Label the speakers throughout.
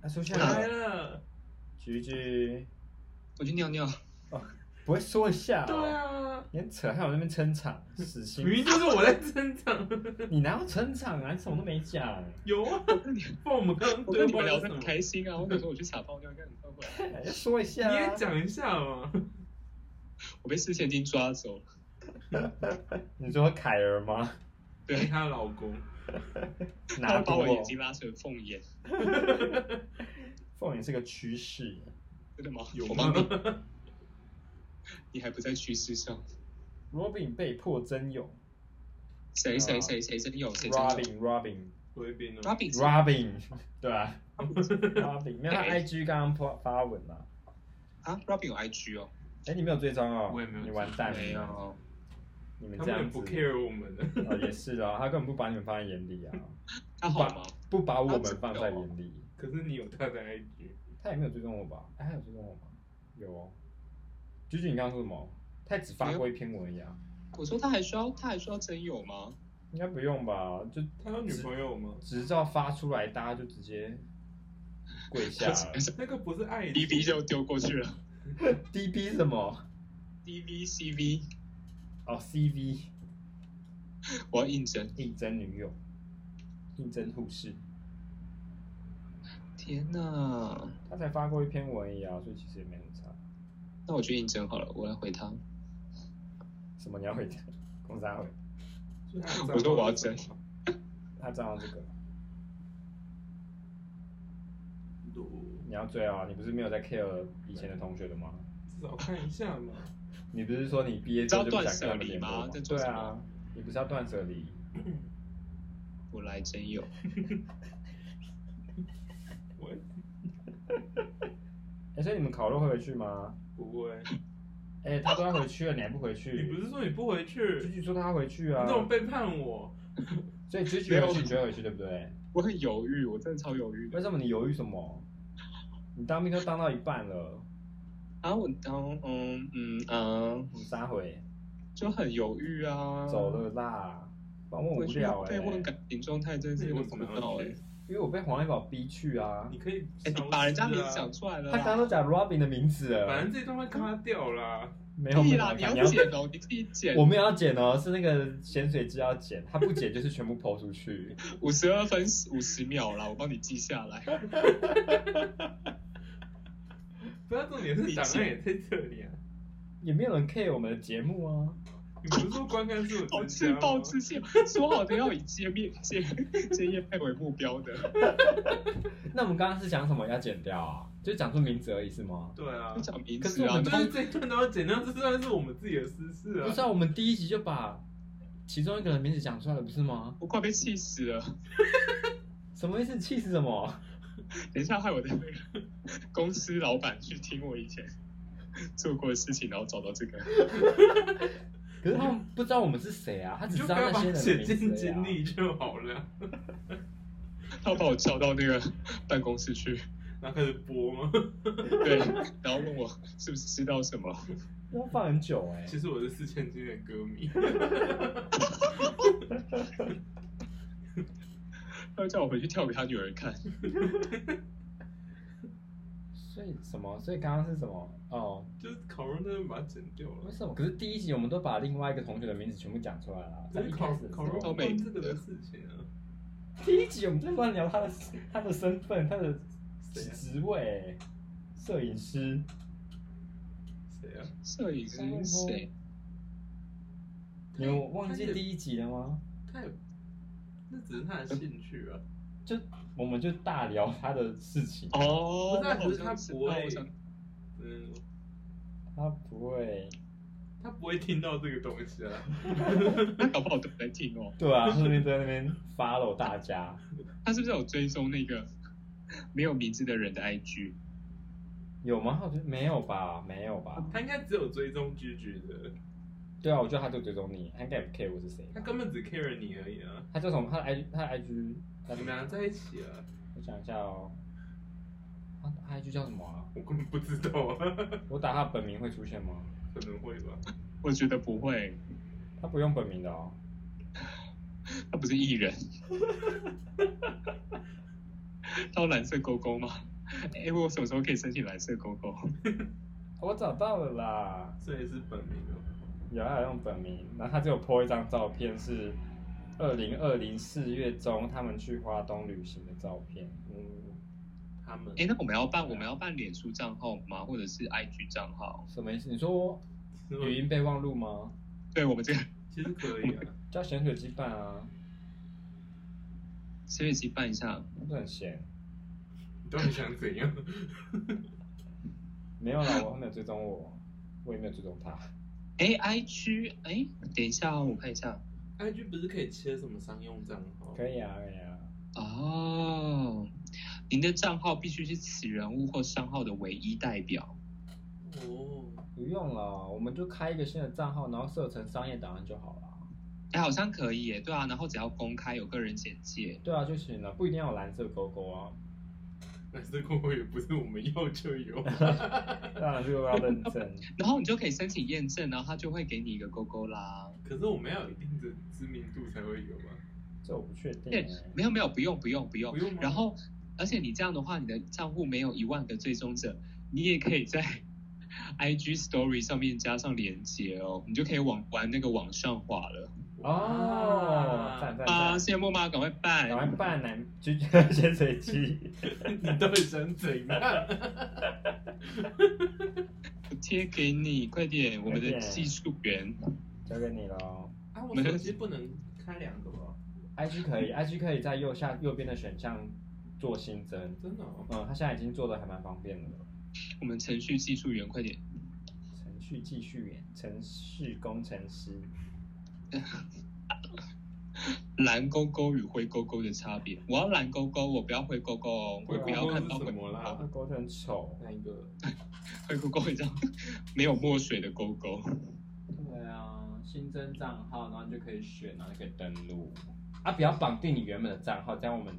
Speaker 1: 他收啊下
Speaker 2: 来
Speaker 1: 来了，
Speaker 2: 了，
Speaker 1: 菊菊
Speaker 3: 我去尿尿。
Speaker 1: 不会说一下、哦？
Speaker 2: 对，啊，
Speaker 1: 你很扯，还有那边撑 场，死心
Speaker 2: 明！明就是我 在增长。
Speaker 1: 你哪有撑场啊？你什么都没讲，
Speaker 2: 有啊，
Speaker 3: 我跟你，
Speaker 2: 不然我们刚刚
Speaker 3: 我
Speaker 2: 对
Speaker 3: 跟你
Speaker 2: 话
Speaker 3: 们聊
Speaker 2: 是
Speaker 3: 得
Speaker 2: 什么
Speaker 3: 很？开心啊！我想说我去撒泡尿，应该很快回来。
Speaker 1: 哎要说一下、
Speaker 2: 你
Speaker 1: 啊。
Speaker 2: 也讲一下嘛。
Speaker 3: 我被四千金抓走了，
Speaker 1: 你说凯儿吗？
Speaker 2: 对
Speaker 3: 对，
Speaker 2: 她老 公，
Speaker 1: 拿
Speaker 3: 他
Speaker 1: 多
Speaker 3: 把我眼睛拉成凤眼，
Speaker 1: 凤眼是个趋势，
Speaker 3: 真的吗？
Speaker 2: 有
Speaker 3: 我
Speaker 2: 吗
Speaker 3: 帮？你，你还不在趋势上。
Speaker 1: 罗宾被迫征友。
Speaker 3: 谁谁谁谁真有谁真有
Speaker 1: Robin Robin
Speaker 2: 我一哎边哦，
Speaker 3: ？Robin
Speaker 1: Robin，对 吧、Robin，没有他 IG 刚刚发发文嘛？
Speaker 3: 啊，Robin 有 IG 哦，
Speaker 1: 哎、你没有追踪哦，
Speaker 2: 我也没有
Speaker 1: 你完蛋
Speaker 3: 没
Speaker 1: 了，
Speaker 3: 有，
Speaker 1: 你们
Speaker 2: 他
Speaker 1: 这
Speaker 2: 们也
Speaker 1: 样子
Speaker 2: 不 care 我们的。
Speaker 1: 哦，也是啊，他根本不把你们放在眼里啊，
Speaker 3: 他好吗？
Speaker 1: 不把我们放在眼里，
Speaker 2: 可是你有他的 IG，
Speaker 1: 他也没有追踪我吧？哎、他有追踪我吗？有哦。菊菊，你刚刚说什么？他也只发过一篇文而已啊，
Speaker 3: 我说他还需要他还需要真有吗？
Speaker 1: 应该不用吧？就
Speaker 2: 他有女朋友吗？
Speaker 1: 执照发出来，大家就直接跪下 了。
Speaker 2: 那个不是爱
Speaker 3: D V 就丢过去了
Speaker 1: DB 什么？
Speaker 3: ，D V C V，
Speaker 1: 哦，CV
Speaker 3: 我要应征。
Speaker 1: 应征女友，应征护士。
Speaker 3: 天哪，
Speaker 1: 他才发过一篇文而已啊，所以其实也没很差。
Speaker 3: 那我去应征好了，我来回他。
Speaker 1: 什么你要回家？公司回
Speaker 2: 我
Speaker 3: 我说我要整
Speaker 1: 他账号这个，你要追啊？你不是没有在 care 以前的同学的吗？
Speaker 2: 至少看一下嘛。
Speaker 1: 你不是说你毕业之后就不想跟他们
Speaker 3: 你
Speaker 1: 联
Speaker 3: 知道断舍离吗
Speaker 1: 络
Speaker 3: 在做
Speaker 1: 对
Speaker 3: 什么
Speaker 1: 啊，你不是要断舍离？
Speaker 3: 我来真有，
Speaker 2: 我
Speaker 1: 哎、所以你们烤肉会回去吗？
Speaker 2: 不会，
Speaker 1: 哎、他都要回去了，你还不回
Speaker 2: 你不
Speaker 1: 去？
Speaker 2: 是说你不回
Speaker 1: 菊
Speaker 2: 去？
Speaker 1: 菊说他要回去啊
Speaker 2: 你，怎么背叛我？
Speaker 1: 所以菊菊回去，你就会回去，对不对？
Speaker 3: 我很犹豫，我真的超犹豫的
Speaker 1: 为什么你犹豫什么？你当兵都当到一半了，
Speaker 3: 啊！我当嗯嗯啊，
Speaker 1: 你撒回
Speaker 3: 就很犹豫啊。
Speaker 1: 走了啦，反正我无
Speaker 3: 回去
Speaker 1: 聊哎、
Speaker 3: 被问感情状态真的是有点苦恼哎、
Speaker 1: 因为我被黄一宝逼去啊。
Speaker 2: 你可以
Speaker 3: 哎、
Speaker 2: 消失啊
Speaker 3: 你把人家名字讲出来了
Speaker 1: 他
Speaker 3: 啦，
Speaker 1: 刚刚都讲 Robin 的名字了，
Speaker 2: 反正这段会卡掉啊啦。
Speaker 1: 没有没
Speaker 3: 屁
Speaker 1: 有
Speaker 3: 啦，
Speaker 1: 没
Speaker 3: 你
Speaker 1: 有
Speaker 3: 要
Speaker 1: 你要
Speaker 3: 剪哦，你自己剪
Speaker 1: 我。没有要剪哦，是那个咸水鸡要剪，他不剪就是全部抛出去。
Speaker 3: 五十二分五十秒啦，我帮你记下来。
Speaker 2: 不要重点是档案也在这里啊。
Speaker 1: 也没有人 care 我们的节目啊，
Speaker 2: 你不是说观看数
Speaker 3: 好
Speaker 2: 增
Speaker 3: 自
Speaker 2: 加
Speaker 3: 暴
Speaker 2: 吗？
Speaker 3: 自弃，说好的要以接面接接业配为目标的，
Speaker 1: 那我们刚刚是讲什么要剪掉啊？就讲出名字而已是吗？
Speaker 2: 对啊
Speaker 3: 不，讲名
Speaker 1: 可是
Speaker 3: 字
Speaker 1: 我
Speaker 3: 啊
Speaker 1: 们，
Speaker 2: 但是这一段都要剪掉，这段是我们自己的私事
Speaker 1: 不
Speaker 2: 啊
Speaker 1: 是。啊，我们第一集就把其中一个人名字讲出来了，不是吗？
Speaker 3: 我快被气死了。
Speaker 1: 什么意思？气死什么？
Speaker 3: 等一下害我的那个 公司老板去听我以前 做过的事情，然后找到这个。
Speaker 1: 可是他们不知道我们是谁啊，他
Speaker 2: 你
Speaker 1: 只
Speaker 2: 就
Speaker 1: 知
Speaker 2: 不
Speaker 1: 道
Speaker 2: 要
Speaker 1: 那
Speaker 2: 把
Speaker 1: 些
Speaker 2: 写
Speaker 1: 人的
Speaker 2: 进
Speaker 1: 名字、
Speaker 2: 经
Speaker 1: 啊。
Speaker 2: 历就好了，
Speaker 3: 他把我叫到那个办公室去，
Speaker 2: 然后开始播吗？
Speaker 3: 对，然后问我是不是知道什么，
Speaker 1: 要放很久哎、
Speaker 2: 其实我是四千金的歌迷，
Speaker 3: 他就叫我回去跳给他女儿看。
Speaker 1: 所以什么？所以刚刚是什么？哦，
Speaker 2: 就是烤肉那段把它剪掉了
Speaker 1: 为。什么？可是第一集我们都把另外一个同学的名字全部讲出来了，啊在
Speaker 2: 就是
Speaker 1: 一
Speaker 2: 烤
Speaker 1: 开始的时
Speaker 2: 烤肉
Speaker 1: 候
Speaker 3: 都。
Speaker 2: 罐这个的事情啊，
Speaker 1: 第一集我们在乱聊他的他的身份、他的
Speaker 2: 谁啊
Speaker 1: 职位，摄影师。
Speaker 2: 谁啊？
Speaker 3: 摄影师是谁？
Speaker 1: 你们忘记第一集了吗？
Speaker 2: 他也，那只是他的兴趣啊。
Speaker 1: 就我们就大聊他的事情。
Speaker 3: 哦，
Speaker 2: 不是啊可是
Speaker 3: 我好像
Speaker 2: 他不会
Speaker 3: 啊我想
Speaker 2: 嗯，
Speaker 1: 他不会，
Speaker 2: 他不会听到这个东西啊。
Speaker 3: 他搞不好都在听哦。
Speaker 1: 对啊，顺便在那边 follow 大家。
Speaker 3: 他是不是有追踪那个没有名字的人的 IG？
Speaker 1: 有吗？我觉得没有吧，没有吧。
Speaker 2: 他应该只有追踪居居的，
Speaker 1: 对啊，我觉得他就追踪你，他应该也不 care 我是谁吧。
Speaker 2: 他根本只 care 你而已啊。
Speaker 1: 他叫什么？他的 i 他的 IG，他
Speaker 2: 你们俩在一起啊？
Speaker 1: 我想一下哦。他的 IG 叫什么啊？
Speaker 2: 我根本不知道啊，
Speaker 1: 我打他本名会出现吗？
Speaker 2: 可能会吧。
Speaker 3: 我觉得不会，
Speaker 1: 他不用本名的哦。
Speaker 3: 他不是艺人。他有蓝色勾勾吗？哎、我什么时候可以申请蓝色狗狗？
Speaker 1: 哦我找到了啦，
Speaker 2: 这也是本名哦。
Speaker 1: 有他有用本名，然后他只有 po 一张照片是二零二零四月中他们去花东旅行的照片，嗯，
Speaker 2: 哦他们
Speaker 3: 哎、那我们要办我们要办脸书账号吗？或者是 IG 账号？
Speaker 1: 什么意思？你说
Speaker 2: 其
Speaker 1: 语
Speaker 2: 实
Speaker 1: 音备忘录吗？
Speaker 3: 对我们这个
Speaker 2: 其实可以 啊，
Speaker 1: 叫咸水鸡办啊，
Speaker 3: 所以去办一下。
Speaker 1: 我都很闲。
Speaker 2: 你到底想怎样？
Speaker 1: 没有啦，我还没有追踪我，我也没有追踪他。
Speaker 3: 哎、i g 哎、等一下哦，我看一下。
Speaker 2: IG 不是可以切什么商用账号？
Speaker 1: 可以啊，可以啊。
Speaker 3: 哦，您的账号必须是此人物或商号的唯一代表。
Speaker 2: 哦，
Speaker 1: 不用了，我们就开一个新的账号，然后设成商业档案就好了。
Speaker 3: 哎、好像可以耶，对啊，然后只要公开有个人简介，
Speaker 1: 对啊，就行了，不一定要有蓝色勾勾啊。
Speaker 2: 但是公会也不是我们要 就有。
Speaker 1: 当然这个要认真。
Speaker 3: 然后你就可以申请验证，然后他就会给你一个勾勾啦。
Speaker 2: 可是我们要有一定的知名度才会有啊。
Speaker 1: 这我不确定、
Speaker 3: 对
Speaker 1: 欸。
Speaker 3: 没有没有，不用不用不用
Speaker 2: 不。用吗？
Speaker 3: 然后，而且你这样的话，你的账户没有一万个追踪者，你也可以在 IG Story 上面加上连接哦，你就可以往玩那个网上滑了。
Speaker 1: 哦，赞赞
Speaker 3: 啊，
Speaker 1: 赞！
Speaker 3: 羡慕吗？赶快办
Speaker 1: 赶！快
Speaker 2: 啊
Speaker 1: 办啊男 就咸水鸡，
Speaker 2: 你到底想怎样？
Speaker 3: 我贴给你，快点！我们
Speaker 1: 快
Speaker 3: 的
Speaker 1: 点
Speaker 3: 技术员，
Speaker 1: 交给你喽。
Speaker 2: 啊，我手机不能开两个吧？
Speaker 1: IG 可以，IG 可以在右下右边的选项做新增。
Speaker 2: 真的哦，
Speaker 1: 嗯，他现在已经做的还蛮方便的了。
Speaker 3: 我们程序技术员，快点！
Speaker 1: 程序技术员，程序工程师。
Speaker 3: 蓝勾勾与灰勾勾的差别，我要蓝勾勾，我不要灰勾勾哦，我
Speaker 2: 灰
Speaker 3: 不
Speaker 1: 勾
Speaker 3: 要
Speaker 2: 勾
Speaker 3: 看到
Speaker 2: 是
Speaker 3: 灰
Speaker 2: 什么啦
Speaker 1: 那狗很丑。
Speaker 2: 那一个
Speaker 3: 灰勾勾这样没有墨水的勾勾。
Speaker 1: 对啊，新增账号，然后你就可以选，然后就可以登录。啊，不要绑定你原本的账号，这样我们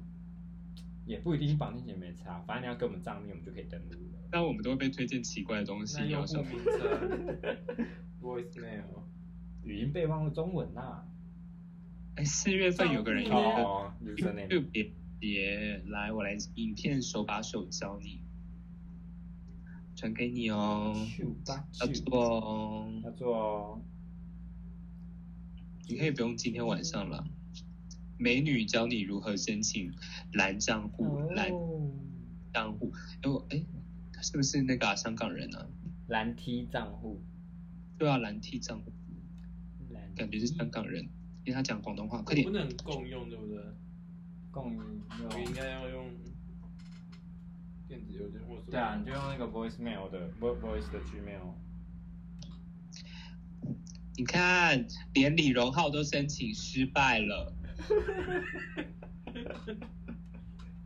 Speaker 1: 也不一定绑定也没差，啊反正你要给我们账密，我们就可以登录了。
Speaker 3: 但我们都会被推荐奇怪的东西，
Speaker 2: 那
Speaker 3: 你
Speaker 2: 用
Speaker 3: 要
Speaker 2: 户
Speaker 3: 小
Speaker 2: 名称 voicemail。
Speaker 1: 语音备忘录中文啊啦、
Speaker 3: 哎，四月份有个人
Speaker 2: 照
Speaker 3: 要
Speaker 2: 片啊
Speaker 3: 一个
Speaker 1: 哦
Speaker 3: 就
Speaker 1: ，username。
Speaker 3: 别别来，我来影片手把手教你，传给你哦，
Speaker 1: 去吧
Speaker 3: 要
Speaker 1: 去，
Speaker 3: 做哦，
Speaker 1: 要做哦。
Speaker 3: 你可以不用今天晚上了。美女教你如何申请蓝账户，蓝
Speaker 1: 哦
Speaker 3: 账户，哎我哎，他是不是那个啊、香港人啊？
Speaker 1: 蓝 T 账户，
Speaker 3: 对啊，蓝 T 账户，
Speaker 1: 蓝 T
Speaker 3: 感觉是香港人，因为他讲广东话，快
Speaker 2: 不
Speaker 3: 点。
Speaker 2: 能共用，对不对？
Speaker 1: 共用。
Speaker 2: 我应该要用电子邮件或者
Speaker 1: 对啊，你就用那个 voicemail 的 vo- voice 的 Gmail。
Speaker 3: 你看，连李荣浩都申请失败了，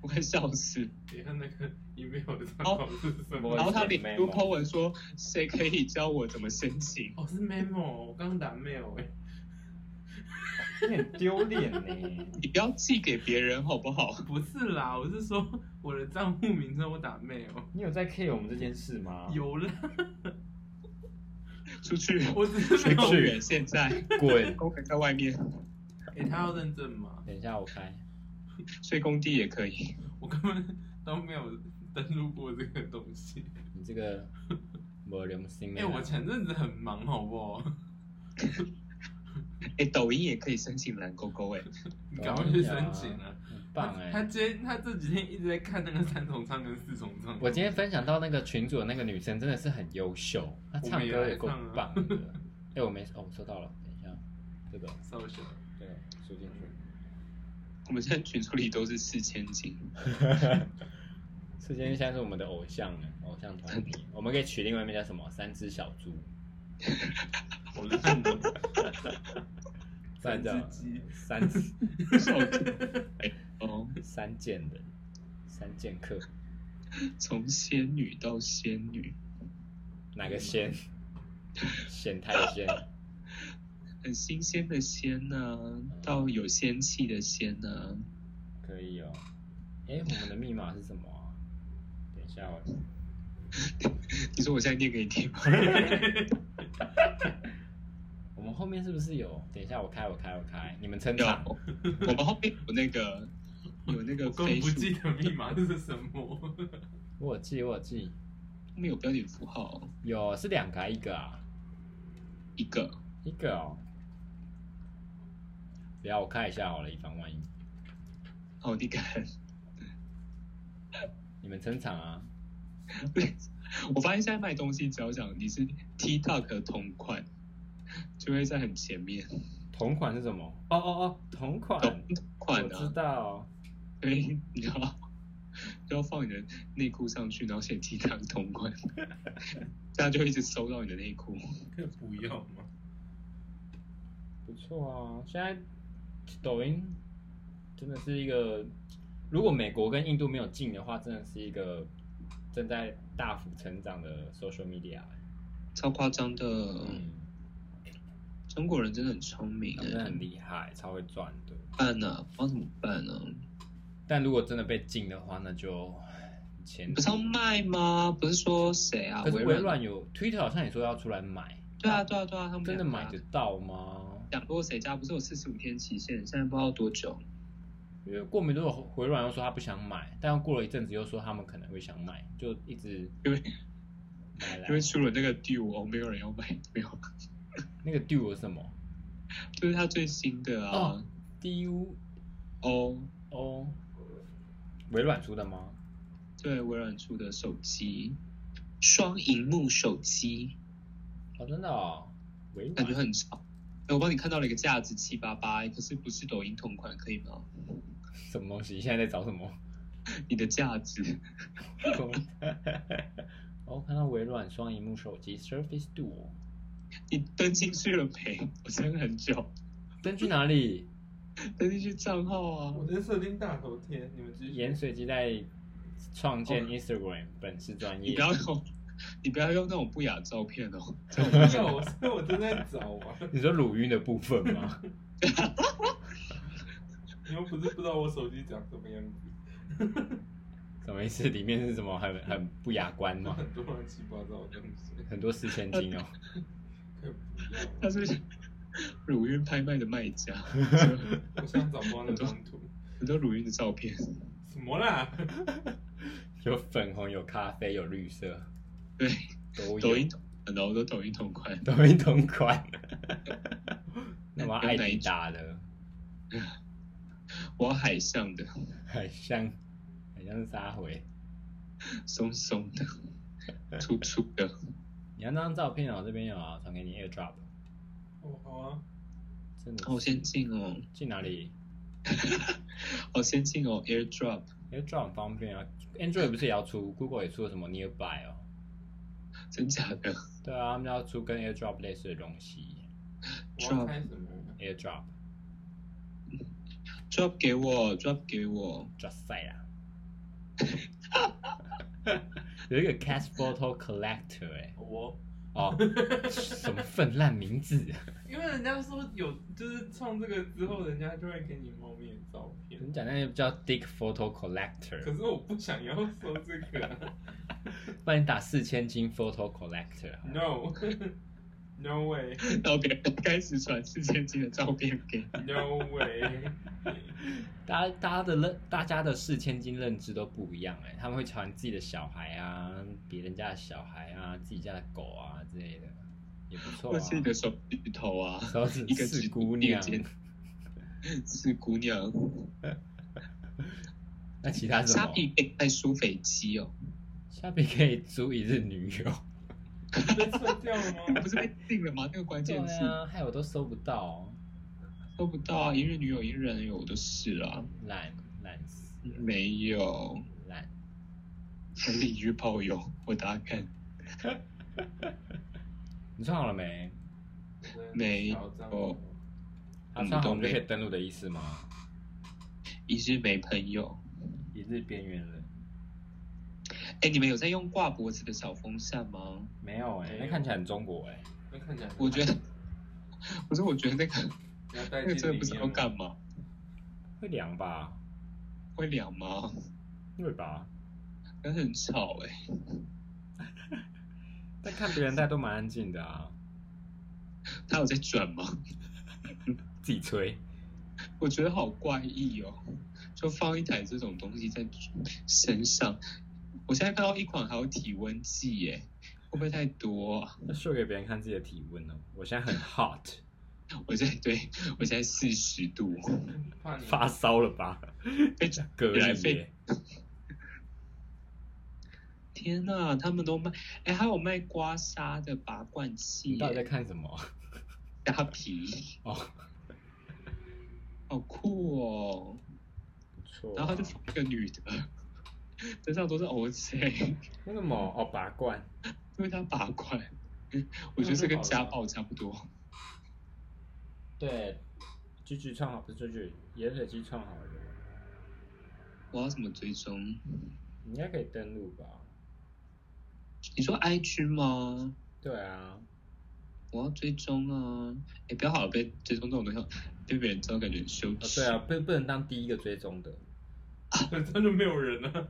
Speaker 3: 我快笑死。
Speaker 2: 你看那 个 email 的账号是什么？
Speaker 1: 哦
Speaker 3: 然后他
Speaker 1: 是
Speaker 3: 脸书
Speaker 1: memo
Speaker 3: 抛文说，谁可以教我怎么申请？
Speaker 2: 哦，是 memo，我刚刚打 mail 哎、
Speaker 1: 有点丢脸呢。
Speaker 3: 你不要寄给别人好不好？
Speaker 2: 不是啦，我是说我的账户名称我打 mail，
Speaker 1: 你有在 care 我们这件事吗？
Speaker 2: 有啦，
Speaker 3: 出去，
Speaker 2: 我只 是没
Speaker 3: 公
Speaker 2: 有。
Speaker 3: 园现在，
Speaker 1: 滚！
Speaker 3: 公园在外面，
Speaker 2: 哎、他要认证吗？
Speaker 1: 等一下我开。
Speaker 3: 睡工地也可以。
Speaker 2: 我根本都没有登录过这个东西。
Speaker 1: 你这个没良心
Speaker 2: 哎、
Speaker 1: 的人
Speaker 3: 啊
Speaker 2: 我前阵子很忙，好不好？
Speaker 3: 哎，抖音也可以申请蓝勾勾哎。
Speaker 2: 你赶快去申请啊！
Speaker 1: 很棒哎、
Speaker 2: 他今天他这几天一直在看那个三重唱跟四重唱。
Speaker 1: 我今天分享到那个群主的那个女生真的是很优秀，她唱歌也够棒的。 哎、我没哦，我收到了，等一下，这个
Speaker 2: 搜寻，
Speaker 1: 这个输进
Speaker 3: 我们现在群组里都是四千斤，
Speaker 1: 去。世间现在是我们的偶像哎，偶像团体，我们可以取另外一名叫什么？三只小猪，
Speaker 2: 我认的。
Speaker 1: 不然叫
Speaker 2: 三只鸡
Speaker 1: 三只
Speaker 3: 笑死哎哦，
Speaker 1: 三剑人，三剑客，
Speaker 3: 从仙女到仙女，
Speaker 1: 哪个仙？显太仙。
Speaker 3: 很新鲜的鲜呢、到有仙气的仙啊呢、
Speaker 1: 可以哦。哎，我们的密码是什么啊？等一下我，
Speaker 3: 你说我现在念给你 听吗？
Speaker 1: 我们后面是不是有？等一下我开，我开，我开，你们撑
Speaker 3: 有
Speaker 1: 场。，
Speaker 3: 我们后面有那个有那个
Speaker 2: 我根本
Speaker 3: 飞
Speaker 2: 不
Speaker 3: 鼠
Speaker 2: 记得密码是什么。
Speaker 1: 我有记我有记，
Speaker 3: 后面有标点符号，
Speaker 1: 有是两个、啊、一个啊，
Speaker 3: 一个
Speaker 1: 一个哦。不要，我看一下好了，以防万一。
Speaker 3: 好，哦你看，
Speaker 1: 你们撑场啊，
Speaker 3: 我发现现在卖东西，只要讲你是 TikTok 的同款，就会在很前面。
Speaker 1: 同款是什么？哦哦哦，同款，
Speaker 3: 同款
Speaker 1: 我知
Speaker 3: 啊，
Speaker 1: 道。哦
Speaker 3: 所以你知道，就要放你的内裤上去，然后写 TikTok 同款，这样就一直收到你的内裤。
Speaker 2: 不要吗？
Speaker 1: 不错啊，现在抖音真的是一个，如果美国跟印度没有进的话，真的是一个正在大幅成长的 social media 欸。
Speaker 3: 超夸张的，
Speaker 1: 嗯，
Speaker 3: 中国人真的很聪明欸
Speaker 1: 真的
Speaker 3: 哎，
Speaker 1: 很厉害，超会赚的。
Speaker 3: 办呢、啊不知道怎么办呢、
Speaker 1: 但如果真的被禁的话，那就钱。
Speaker 3: 不是要卖吗？不是说谁啊？
Speaker 1: 可是微
Speaker 3: 软
Speaker 1: 软有 Twitter 好像也说要出来买，
Speaker 3: 对啊，对啊，对啊，他们
Speaker 1: 真的
Speaker 3: 两个
Speaker 1: 买
Speaker 3: 啊
Speaker 1: 得到吗？
Speaker 3: 讲过谁家不是有四十五天期限，现在不知道多久。
Speaker 1: 因为过没多久，微软又说他不想买，但又过了一阵子又说他们可能会想买，就一直
Speaker 3: 因为
Speaker 1: 买来
Speaker 3: 因为出了那个 d e a 没有人要买， 没有，
Speaker 1: 那个 Duo 是什么
Speaker 3: 就是他最新的啊
Speaker 1: 哦。？D U
Speaker 3: 哦，
Speaker 1: O，微软出的吗？
Speaker 3: 对，微软出的手机，双荧幕手机，
Speaker 1: 哦，真的哦，微
Speaker 3: 感觉
Speaker 1: 软
Speaker 3: 很潮。哎我帮你看到了一个价值七八八，可是不是抖音同款，可以吗？
Speaker 1: 什么东西？现在在找什么？
Speaker 3: 你的价值，
Speaker 1: 哦，看到微软双荧幕手机 Surface Duo，
Speaker 3: 你登进去了没？我真的很久，
Speaker 1: 登去哪里？
Speaker 3: 登进去账号啊。
Speaker 2: 我的射精大头贴，你们继续。
Speaker 1: 盐水鸡在创建
Speaker 3: 哦
Speaker 1: Instagram 粉丝专
Speaker 3: 你
Speaker 1: 业
Speaker 3: 不，要用，你不要用那种不雅的照片哦。
Speaker 2: 不要，我是我正在找啊，
Speaker 1: 你说乳晕的部分吗？
Speaker 2: 你又不是不知道我手机长什么样子，
Speaker 1: 什么意思？里面是什么很很不雅观
Speaker 2: 有
Speaker 1: 吗？
Speaker 2: 很多乱七八糟的东西，
Speaker 1: 很多四千金哦，
Speaker 2: 可以不要吗
Speaker 3: 他是 乳晕拍卖的卖家，
Speaker 2: 我想找不到那张图，
Speaker 3: 很多乳晕的照片。
Speaker 2: 什么啦？
Speaker 1: 有粉红，有咖啡，有绿色，
Speaker 3: 对，
Speaker 1: 都有。
Speaker 3: 抖音，很多都抖音同款。
Speaker 1: 抖音同款， 那
Speaker 3: 那
Speaker 1: 么艾迪达的，
Speaker 3: 我要海上的，
Speaker 1: 很像，很像是沙回。
Speaker 3: 松松的，粗粗的。
Speaker 1: 你要那张照片哦，这边有啊，传给你 AirDrop。
Speaker 2: 哦，好啊，
Speaker 1: 真的是
Speaker 3: 好先进哦，
Speaker 1: 进哪里
Speaker 3: 好先进哦，AirDrop。
Speaker 1: ？AirDrop 很方便啊，Android 不是也要出，Google 也出了什么 Nearby 哦。
Speaker 3: 真假的？
Speaker 1: 对啊，他们要出跟 AirDrop 类似的东西
Speaker 2: 我要开什么？
Speaker 1: ，AirDrop
Speaker 3: drop 给我，drop 给我，
Speaker 1: just say 啊啦。 有一个 Cash Photo Collector 哎、
Speaker 2: 我，
Speaker 1: 哦，什 么粪烂名字？啊
Speaker 2: 因为人家说有，就是创这个之后，人家就会给你猫咪的照片。
Speaker 1: 你讲那个叫 Dick Photo
Speaker 2: 可
Speaker 1: Collector，
Speaker 2: 是我不想要收这个啊、
Speaker 1: 帮你打四千金 Photo Collector 好了
Speaker 2: n o no way，
Speaker 3: 然后别人开始传四千斤的照片给你。
Speaker 2: No way！
Speaker 1: 大家大家的认大家的四千金认知都不一样哎、他们会传自己的小孩啊，别人家的小孩啊，自己家的狗啊之类的，也不错
Speaker 3: 或
Speaker 1: 啊。
Speaker 3: 是你的手指头啊，
Speaker 1: 手指
Speaker 3: 一个
Speaker 1: 是
Speaker 3: 指
Speaker 1: 姑
Speaker 3: 一
Speaker 1: 娘
Speaker 3: 个，尖是姑娘。
Speaker 1: 那其他是什
Speaker 3: 虾
Speaker 1: 么？
Speaker 3: 皮可以卖苏肥鸡哦，
Speaker 1: 虾皮可以租一日女友。
Speaker 2: 被撤掉了吗
Speaker 3: 不？是被定了 吗？那个关键字、
Speaker 1: 啊，害我都搜不到，
Speaker 3: 搜不到啊，一日女友一日男友都是啊，
Speaker 1: 懒懒死了
Speaker 3: 没有，
Speaker 1: 懒。
Speaker 3: 还是一日炮友，我打看
Speaker 1: 你穿好了没？
Speaker 3: 没
Speaker 2: 嚣张
Speaker 3: 有
Speaker 1: 他
Speaker 3: 嗯
Speaker 1: 穿好
Speaker 3: 都
Speaker 1: 我们就可以
Speaker 3: 没
Speaker 1: 登录的意思吗？
Speaker 3: 一日没朋友。
Speaker 1: 一日边缘人。
Speaker 3: 哎，你们有在用挂脖子的小风扇吗？
Speaker 1: 没有哎、
Speaker 2: 没有
Speaker 1: 那看起来很中国哎、
Speaker 2: 那看起来很，啊
Speaker 3: 我觉得， 不是，我觉得那个
Speaker 2: 你要
Speaker 3: 那
Speaker 2: 带
Speaker 3: 个
Speaker 2: 进
Speaker 3: 真的不知
Speaker 2: 里
Speaker 3: 道
Speaker 2: 面吗
Speaker 3: 干嘛，
Speaker 1: 会凉吧？
Speaker 3: 会凉吗？
Speaker 1: 会吧？
Speaker 3: 但是很吵哎、
Speaker 1: 但看别人戴都蛮安静的啊，
Speaker 3: 它有在转吗？
Speaker 1: 自己吹。
Speaker 3: 我觉得好怪异哦，就放一台这种东西在身上，我现在看到一款还有体温计耶，会不会太多、啊？
Speaker 1: 那秀给别人看自己的体温哦。我现在 很 hot，
Speaker 3: 我现在对我现在四十度， 哎
Speaker 2: 怕你
Speaker 1: 发烧了吧？
Speaker 3: 被
Speaker 1: 隔
Speaker 3: 来
Speaker 1: 离
Speaker 3: 被
Speaker 1: 耶，
Speaker 3: 天呐，他们都卖，哎，还有卖刮痧的拔罐器
Speaker 1: 你到底在
Speaker 3: 耶，
Speaker 1: 看什么？
Speaker 3: 虾皮，
Speaker 1: 哦，
Speaker 3: 好酷哦！
Speaker 1: 不错
Speaker 3: 然后他就放一个女的，身上都是 O C，
Speaker 1: 为什么？哦，拔罐。
Speaker 3: 因为他拔罐，我觉得这跟家暴差不多。
Speaker 1: 对，句句创好不是句句，盐水鸡创好了，
Speaker 3: 我要怎么追踪？
Speaker 1: 你应该可以登录吧？
Speaker 3: 你说 I G 吗？
Speaker 1: 对啊，
Speaker 3: 我要追踪啊！哎，不要好了，被追踪这种东西，被别人知道感觉很羞
Speaker 1: 哦
Speaker 3: 耻。
Speaker 1: 对啊，不不能当第一个追踪的，
Speaker 2: 真的没有人啊。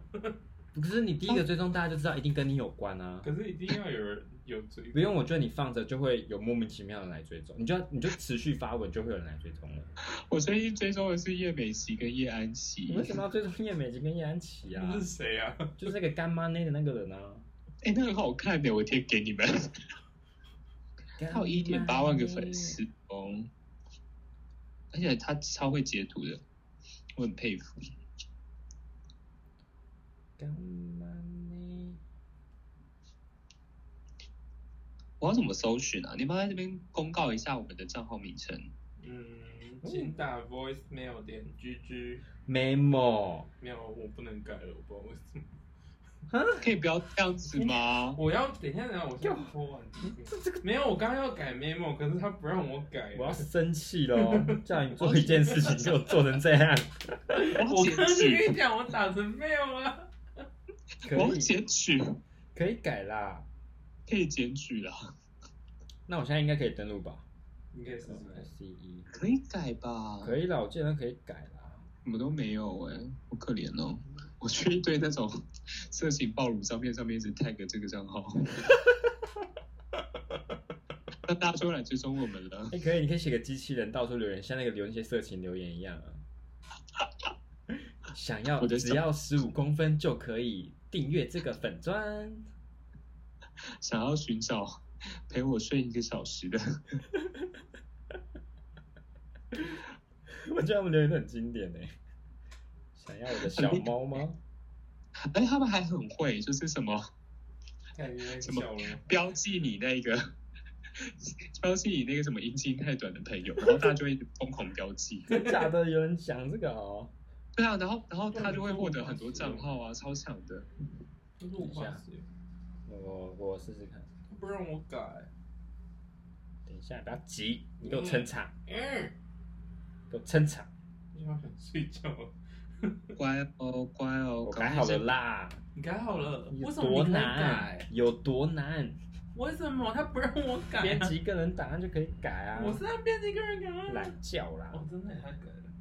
Speaker 1: 可是你第一个追踪，大家就知道一定哦跟你有关啊。
Speaker 2: 可是一定要有人有追，
Speaker 1: 不用，我觉得你放着就会有莫名其妙的人来追踪，你就要你就持续发文，就会有人来追踪了。
Speaker 3: 我最近追踪的是叶美琪跟叶安琪
Speaker 1: 你。为什么要追踪叶美琪跟叶安琪啊
Speaker 2: 那？
Speaker 3: 嗯
Speaker 2: 是谁啊？
Speaker 1: 就是那个干妈内的那个人啊，
Speaker 3: 哎，那很好看的，我贴给你们。 他有一点八万个粉丝哦，而且他超会截图的，我很佩服。
Speaker 1: 干妈内。
Speaker 3: 我要怎么搜寻啊？你们在这边公告一下我们的账号名称。
Speaker 2: 嗯，请打 voicemail 点 gg。
Speaker 1: memo，
Speaker 2: 没有，我不能改了，我不知道为什么。
Speaker 3: 可以不要这样子吗？
Speaker 2: 我要等一下，等一下，我先拖完。没有，我刚刚要改 memo，可是他不让我改。
Speaker 1: 我要生气 喽！叫你做一件事情，就做成这样，
Speaker 3: 我
Speaker 2: 我
Speaker 3: 要
Speaker 2: 刚刚就
Speaker 3: 截
Speaker 2: 跟
Speaker 3: 取，
Speaker 2: 你讲，我打成 mail 啊。
Speaker 1: 可
Speaker 3: 我要
Speaker 1: 以
Speaker 3: 截取，
Speaker 1: 可以改啦。
Speaker 3: 可以啊截取啦，
Speaker 1: 那我现在应该可以登录吧
Speaker 2: 你可以试试看。
Speaker 1: ？C 一
Speaker 3: 可以改吧？
Speaker 1: 可以啦，我记得可以改啦。
Speaker 3: 我们都没有哎、好可怜哦。我去一堆那种 色情暴乳照片上面一直 tag 这个账号， 那大家就会来追踪我们了。
Speaker 1: 哎、可以，你可以写个机器人到处留言，像那个留那些色情留言一样啊。啊 想要
Speaker 3: 我的
Speaker 1: 只要十五公分就可以订阅这个粉砖，
Speaker 3: 想要寻找陪我睡一个小时的，
Speaker 1: 我觉得他们留言都很经典呢、想要我的小猫吗？
Speaker 3: 哎，他们还很会，就是什么
Speaker 2: 看你在笑了。
Speaker 3: 标记你那个。 标记你那个什么阴茎太短的朋友，然后大家就会一直疯狂标记。
Speaker 1: 真假的有人讲这个哦？
Speaker 3: 对啊，然后然后他就会获得很多账号啊，超强的。
Speaker 2: 就是我忘记了
Speaker 1: 我我试试看，
Speaker 2: 他不让我改。
Speaker 1: 等一下不要急，你给我撑场，
Speaker 2: 嗯，
Speaker 1: 给我撑场，
Speaker 2: 我想睡觉了。
Speaker 3: 乖哦，乖哦，
Speaker 1: 我
Speaker 3: 赶
Speaker 1: 改
Speaker 3: 快
Speaker 1: 好
Speaker 3: 再
Speaker 1: 了啦。
Speaker 2: 你改好了，为
Speaker 1: 有
Speaker 2: 什么
Speaker 1: 多
Speaker 2: 你可以
Speaker 1: 难
Speaker 2: 改？？
Speaker 1: 有多难？
Speaker 2: 为什么他不让我改、
Speaker 1: 编
Speaker 2: 啊？
Speaker 1: 辑个人档案就可以改啊。
Speaker 2: 我是要编辑一个人改、啊。
Speaker 1: 懒叫啦。
Speaker 2: 哦，真的他改了。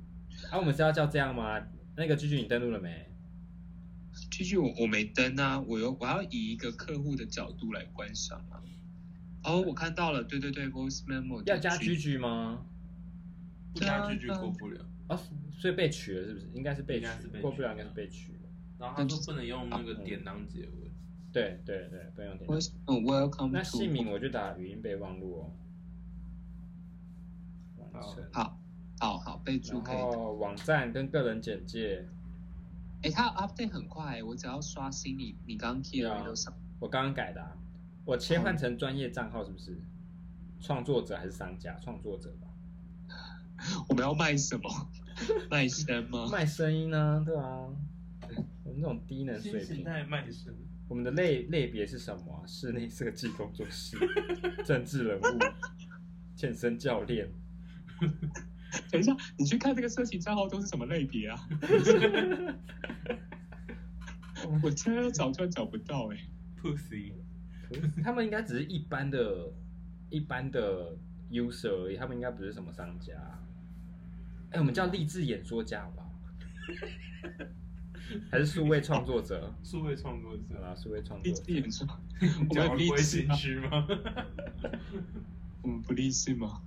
Speaker 1: 啊，我们是要叫这样吗？那个居居，你登录了没？
Speaker 3: 继续，我我没登啊，我有我要以一个客户的角度来观赏啊。哦，我看到了，对对对，voice memo
Speaker 1: 要加居
Speaker 3: 拒
Speaker 1: 居吗？
Speaker 2: 不加 GG 过不了。
Speaker 1: 啊，所以被取了是不是？应该是被取
Speaker 2: 应该是被，取
Speaker 1: 过不了应该是被取了。
Speaker 2: 然后他说不能用那个典当结尾。
Speaker 1: 对对对，不用点。
Speaker 3: voice memo welcome to
Speaker 1: 那姓名我就打语音备忘录哦。完成。
Speaker 3: 好，好好备注可以
Speaker 1: 然。后网站跟个人简介，
Speaker 3: 哎，它 update 很快，我只要刷新你你刚 key
Speaker 1: 对
Speaker 3: 的
Speaker 1: 啊
Speaker 3: 都上。
Speaker 1: 我刚刚改的、啊，我切换成专业账号是不是？创作者还是商家？创作者吧。
Speaker 3: 我们要卖 什么？卖身吗？
Speaker 1: 卖声音呢、对啊，我们这种低能
Speaker 2: 新
Speaker 1: 水
Speaker 2: 时
Speaker 1: 平，
Speaker 2: 代卖身，
Speaker 1: 我们的类类别是什么啊、室内设计工作室、政治人物、健身教练。
Speaker 3: 等一下，你去看这个色情账号都是什么类别啊？ 我真的要找就找不到哎、
Speaker 2: pussy，
Speaker 1: 他们应该只是一般的、一般的 user 而已，他们应该不是什么商家。哎，我们
Speaker 3: 嗯
Speaker 1: 叫励志演说家好不 好？还是数位创作 者？
Speaker 2: 数位创作
Speaker 1: 好
Speaker 2: 者。
Speaker 1: 啦，数位创作
Speaker 3: 励
Speaker 1: 者
Speaker 3: 志。演说，我
Speaker 2: 讲完
Speaker 3: 们有
Speaker 2: 不
Speaker 3: 励
Speaker 2: 会
Speaker 3: 志
Speaker 2: 心
Speaker 3: 吗？
Speaker 2: 虚吗？
Speaker 3: 我们不励志吗？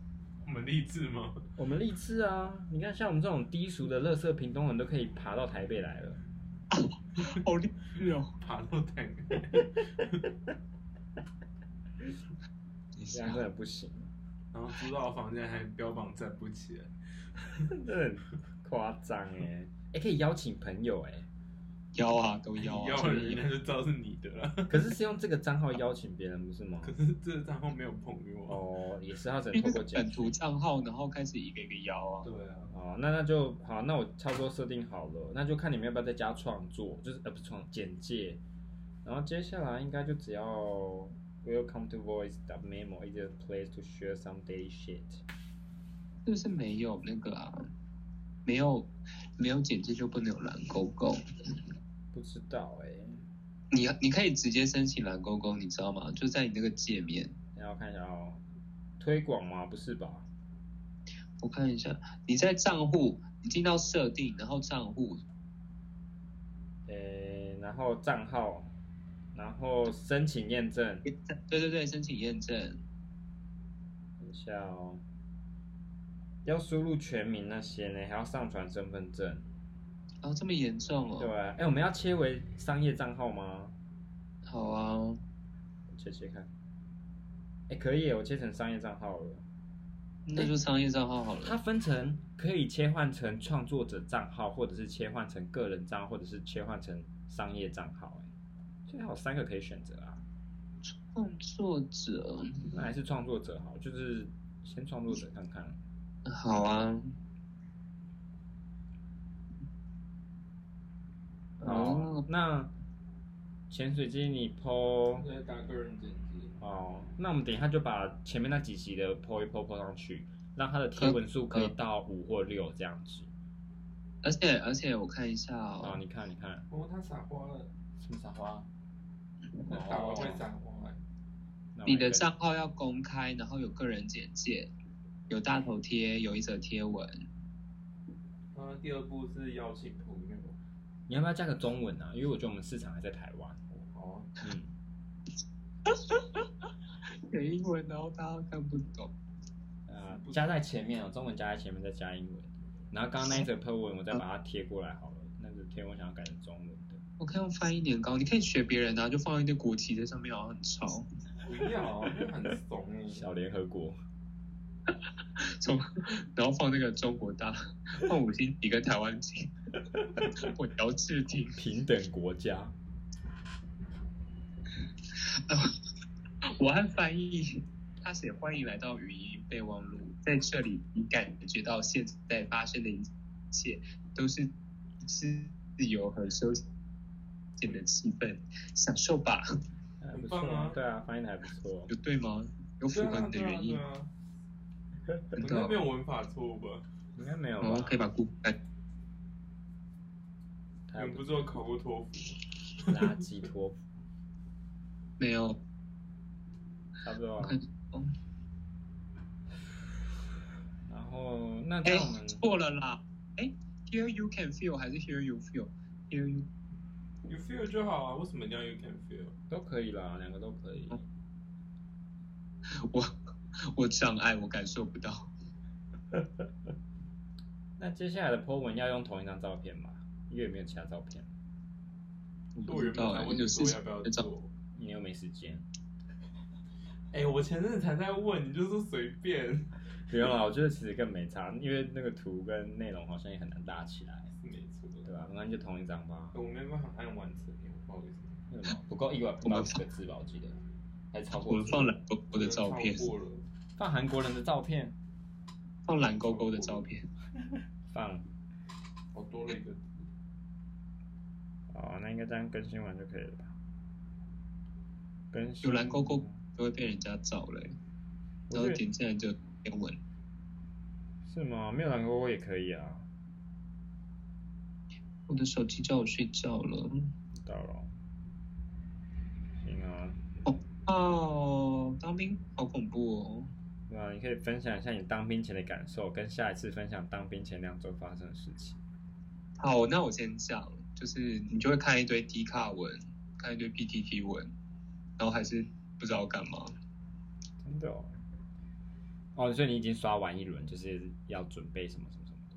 Speaker 2: 我们励志吗？
Speaker 1: 我们励志啊！你看，像我们这种低俗的乐色屏东人都可以爬到台北来了，
Speaker 3: 好励志哦！
Speaker 2: 爬到蛋。
Speaker 3: 你
Speaker 1: 这样真的不 行，
Speaker 2: 然后租到房间还标榜站不起来，
Speaker 1: 真的很夸张哎！哎，可以邀请朋友哎、
Speaker 3: 邀啊，都邀啊，
Speaker 2: 要
Speaker 3: 就
Speaker 2: 了
Speaker 3: 是
Speaker 2: 人家就知道是你的了。
Speaker 1: 可是是用这个账号邀请别人不是吗？
Speaker 2: 可是这个账号没有朋友啊。
Speaker 1: 哦，也是他只能
Speaker 3: 因
Speaker 1: 透
Speaker 3: 为
Speaker 1: 过
Speaker 3: 是
Speaker 1: 简
Speaker 3: 本
Speaker 1: 讯
Speaker 3: 图。账号，然后开始一个一个邀啊。
Speaker 2: 对啊，
Speaker 1: 哦，那那就好，那我差不多设定好了，那就看你们要不要再加创作，就是呃不是创简介，然后接下来应该就只要 Welcome to Voice the Memo is a place to share some day shit。
Speaker 3: 是不是没有那个啊？没有没有简介就不能有蓝勾勾？
Speaker 1: 不知道哎、
Speaker 3: 你你可以直接申请蓝勾勾，你知道吗？就在你那个界面，
Speaker 1: 然后看一下哦，推广吗？不是吧？
Speaker 3: 我看一下，你在账户，你进到设定，然后账户，
Speaker 1: 诶，然后账号，然后申请验证，
Speaker 3: 对对对，申请验证，
Speaker 1: 等一下哦，要输入全名那些呢，还要上传身份证。
Speaker 3: 哦，这么严重
Speaker 1: 对
Speaker 3: 哦？
Speaker 1: 啊，哎，我们要切为商业账号吗？
Speaker 3: 好啊，
Speaker 1: 我切切看。哎，可以耶，我切成商业账号了。
Speaker 3: 那就商业账号好
Speaker 1: 它
Speaker 3: 了。
Speaker 1: 分成可以切换成创作者账号，或者是切换成个人账号，或者是切换成商业账号。哎，最好三个可以选择啊。
Speaker 3: 创作者，
Speaker 1: 那还是创作者好，就是先创作者看看。
Speaker 3: 好啊。
Speaker 1: 哦
Speaker 3: 哦，，
Speaker 1: 那潜水机你 PO
Speaker 2: 再打个人简介。
Speaker 1: 哦，那我们等一下就把前面那几集的 PO 一 PO PO 上去，让它的贴文数可以到五或六这样子。
Speaker 3: 而且而且我看一下
Speaker 1: 哦，
Speaker 3: 哦，
Speaker 1: 你看你看，
Speaker 2: 哦，他撒花了，
Speaker 1: 什么撒花？
Speaker 2: 他打完会撒花欸。
Speaker 1: 那我
Speaker 3: 你
Speaker 1: 也
Speaker 3: 的
Speaker 1: 跟
Speaker 3: 账号要公开，然后有个人简介，有大头贴，有一则贴文。
Speaker 2: 然后第二步是邀请朋友。
Speaker 1: 你要不要加个中文啊？因为我觉得我们市场还在台湾。
Speaker 2: 哦，
Speaker 1: 嗯，
Speaker 3: 有英文，然后大家看不懂。
Speaker 1: 呃，加在前面哦，中文加在前面，再加英文。然后刚刚那一则 PO 文，我再把它贴过来好了。那个贴文想要改成中文的。
Speaker 3: 我可以用翻译年糕，你可以学别人啊，就放一堆国旗在上面，然后很潮。
Speaker 2: 不要，那很怂哎。
Speaker 1: 小联合国，
Speaker 3: 从然后放那个中国大，放五星旗跟台湾旗，我姚志廷，
Speaker 1: 平等国家。
Speaker 3: 我按翻译，他写欢迎来到语音备忘录，在这里你感觉到现在发生的一切都是是自由和休闲的气氛，享受吧，
Speaker 1: 还
Speaker 2: 很
Speaker 1: 哎不错
Speaker 2: 棒啊
Speaker 1: 对啊，翻译的还不错。
Speaker 3: 有对吗？有符
Speaker 2: 对
Speaker 3: 合
Speaker 2: 啊
Speaker 3: 你的原因
Speaker 2: 对，啊对啊
Speaker 3: 真
Speaker 2: 我
Speaker 3: 的
Speaker 2: 都没有文法错误吧？
Speaker 1: 应该没有
Speaker 3: 哦，
Speaker 1: 吧？
Speaker 3: 可以把故哎
Speaker 2: 你
Speaker 1: 台
Speaker 2: 们不是有考过托福？
Speaker 1: 垃圾托，
Speaker 3: 没有，
Speaker 1: 差不多
Speaker 3: 我
Speaker 1: 啊。
Speaker 3: 看哦
Speaker 1: 然后那这
Speaker 3: 哎
Speaker 1: 样我们，
Speaker 3: 错了啦，哎，Here you can feel 还是 Here you feel？Here you
Speaker 2: 有 feel 就好啊，为什么一定要 you can feel？
Speaker 1: 都可以啦，两个都可以。
Speaker 3: 我我障碍，我感受不到。
Speaker 1: 那接下来的 po 文要用同一张照片吗？因为没有其他照片，
Speaker 3: 我
Speaker 2: 我
Speaker 3: 不知
Speaker 2: 原本
Speaker 3: 道、
Speaker 2: 还
Speaker 3: 欸，
Speaker 2: 问
Speaker 3: 有
Speaker 2: 你
Speaker 3: 事
Speaker 2: 说
Speaker 3: 情
Speaker 2: 要不要
Speaker 3: 在找
Speaker 2: 做。
Speaker 1: 你又没时间。
Speaker 2: 哎、我前阵子才在问，你就说随便，
Speaker 1: 不用 啦，我觉得其实更没差，因为那个图跟内容好像也很难搭起来，
Speaker 2: 是没错
Speaker 1: 对
Speaker 2: 的。哎
Speaker 1: 吧？那就同一张吧。
Speaker 2: 我没办法按完成，不好意思。
Speaker 1: 为什么不够一万不到五个字吧？我记得还超过。
Speaker 3: 我们放蓝勾勾的照片，
Speaker 2: 超过了，
Speaker 1: 放韩国人的照片，
Speaker 3: 放蓝勾勾的照片。
Speaker 1: 放
Speaker 2: 我多了一个字。
Speaker 1: 哦，那应该这样更新完就可以了吧？更新
Speaker 3: 有蓝勾勾就会被人家找了欸、
Speaker 1: 我
Speaker 3: 然后
Speaker 1: 觉得
Speaker 3: 点进来就变文。
Speaker 1: 是吗？没有蓝勾勾也可以啊。
Speaker 3: 我的手机叫我睡觉了。
Speaker 1: 到了，行啊，
Speaker 3: 哦，当兵好恐怖哦！
Speaker 1: 那啊你可以分享一下你当兵前的感受，跟下一次分享当兵前两周发生的事情。
Speaker 3: 好，那我先讲，就是你就会看一堆低卡文，看一堆 PTT 文，然后还是不知道干嘛。
Speaker 1: 真的哦，哦，所以你已经刷完一轮，就是要准备什么什么什么的。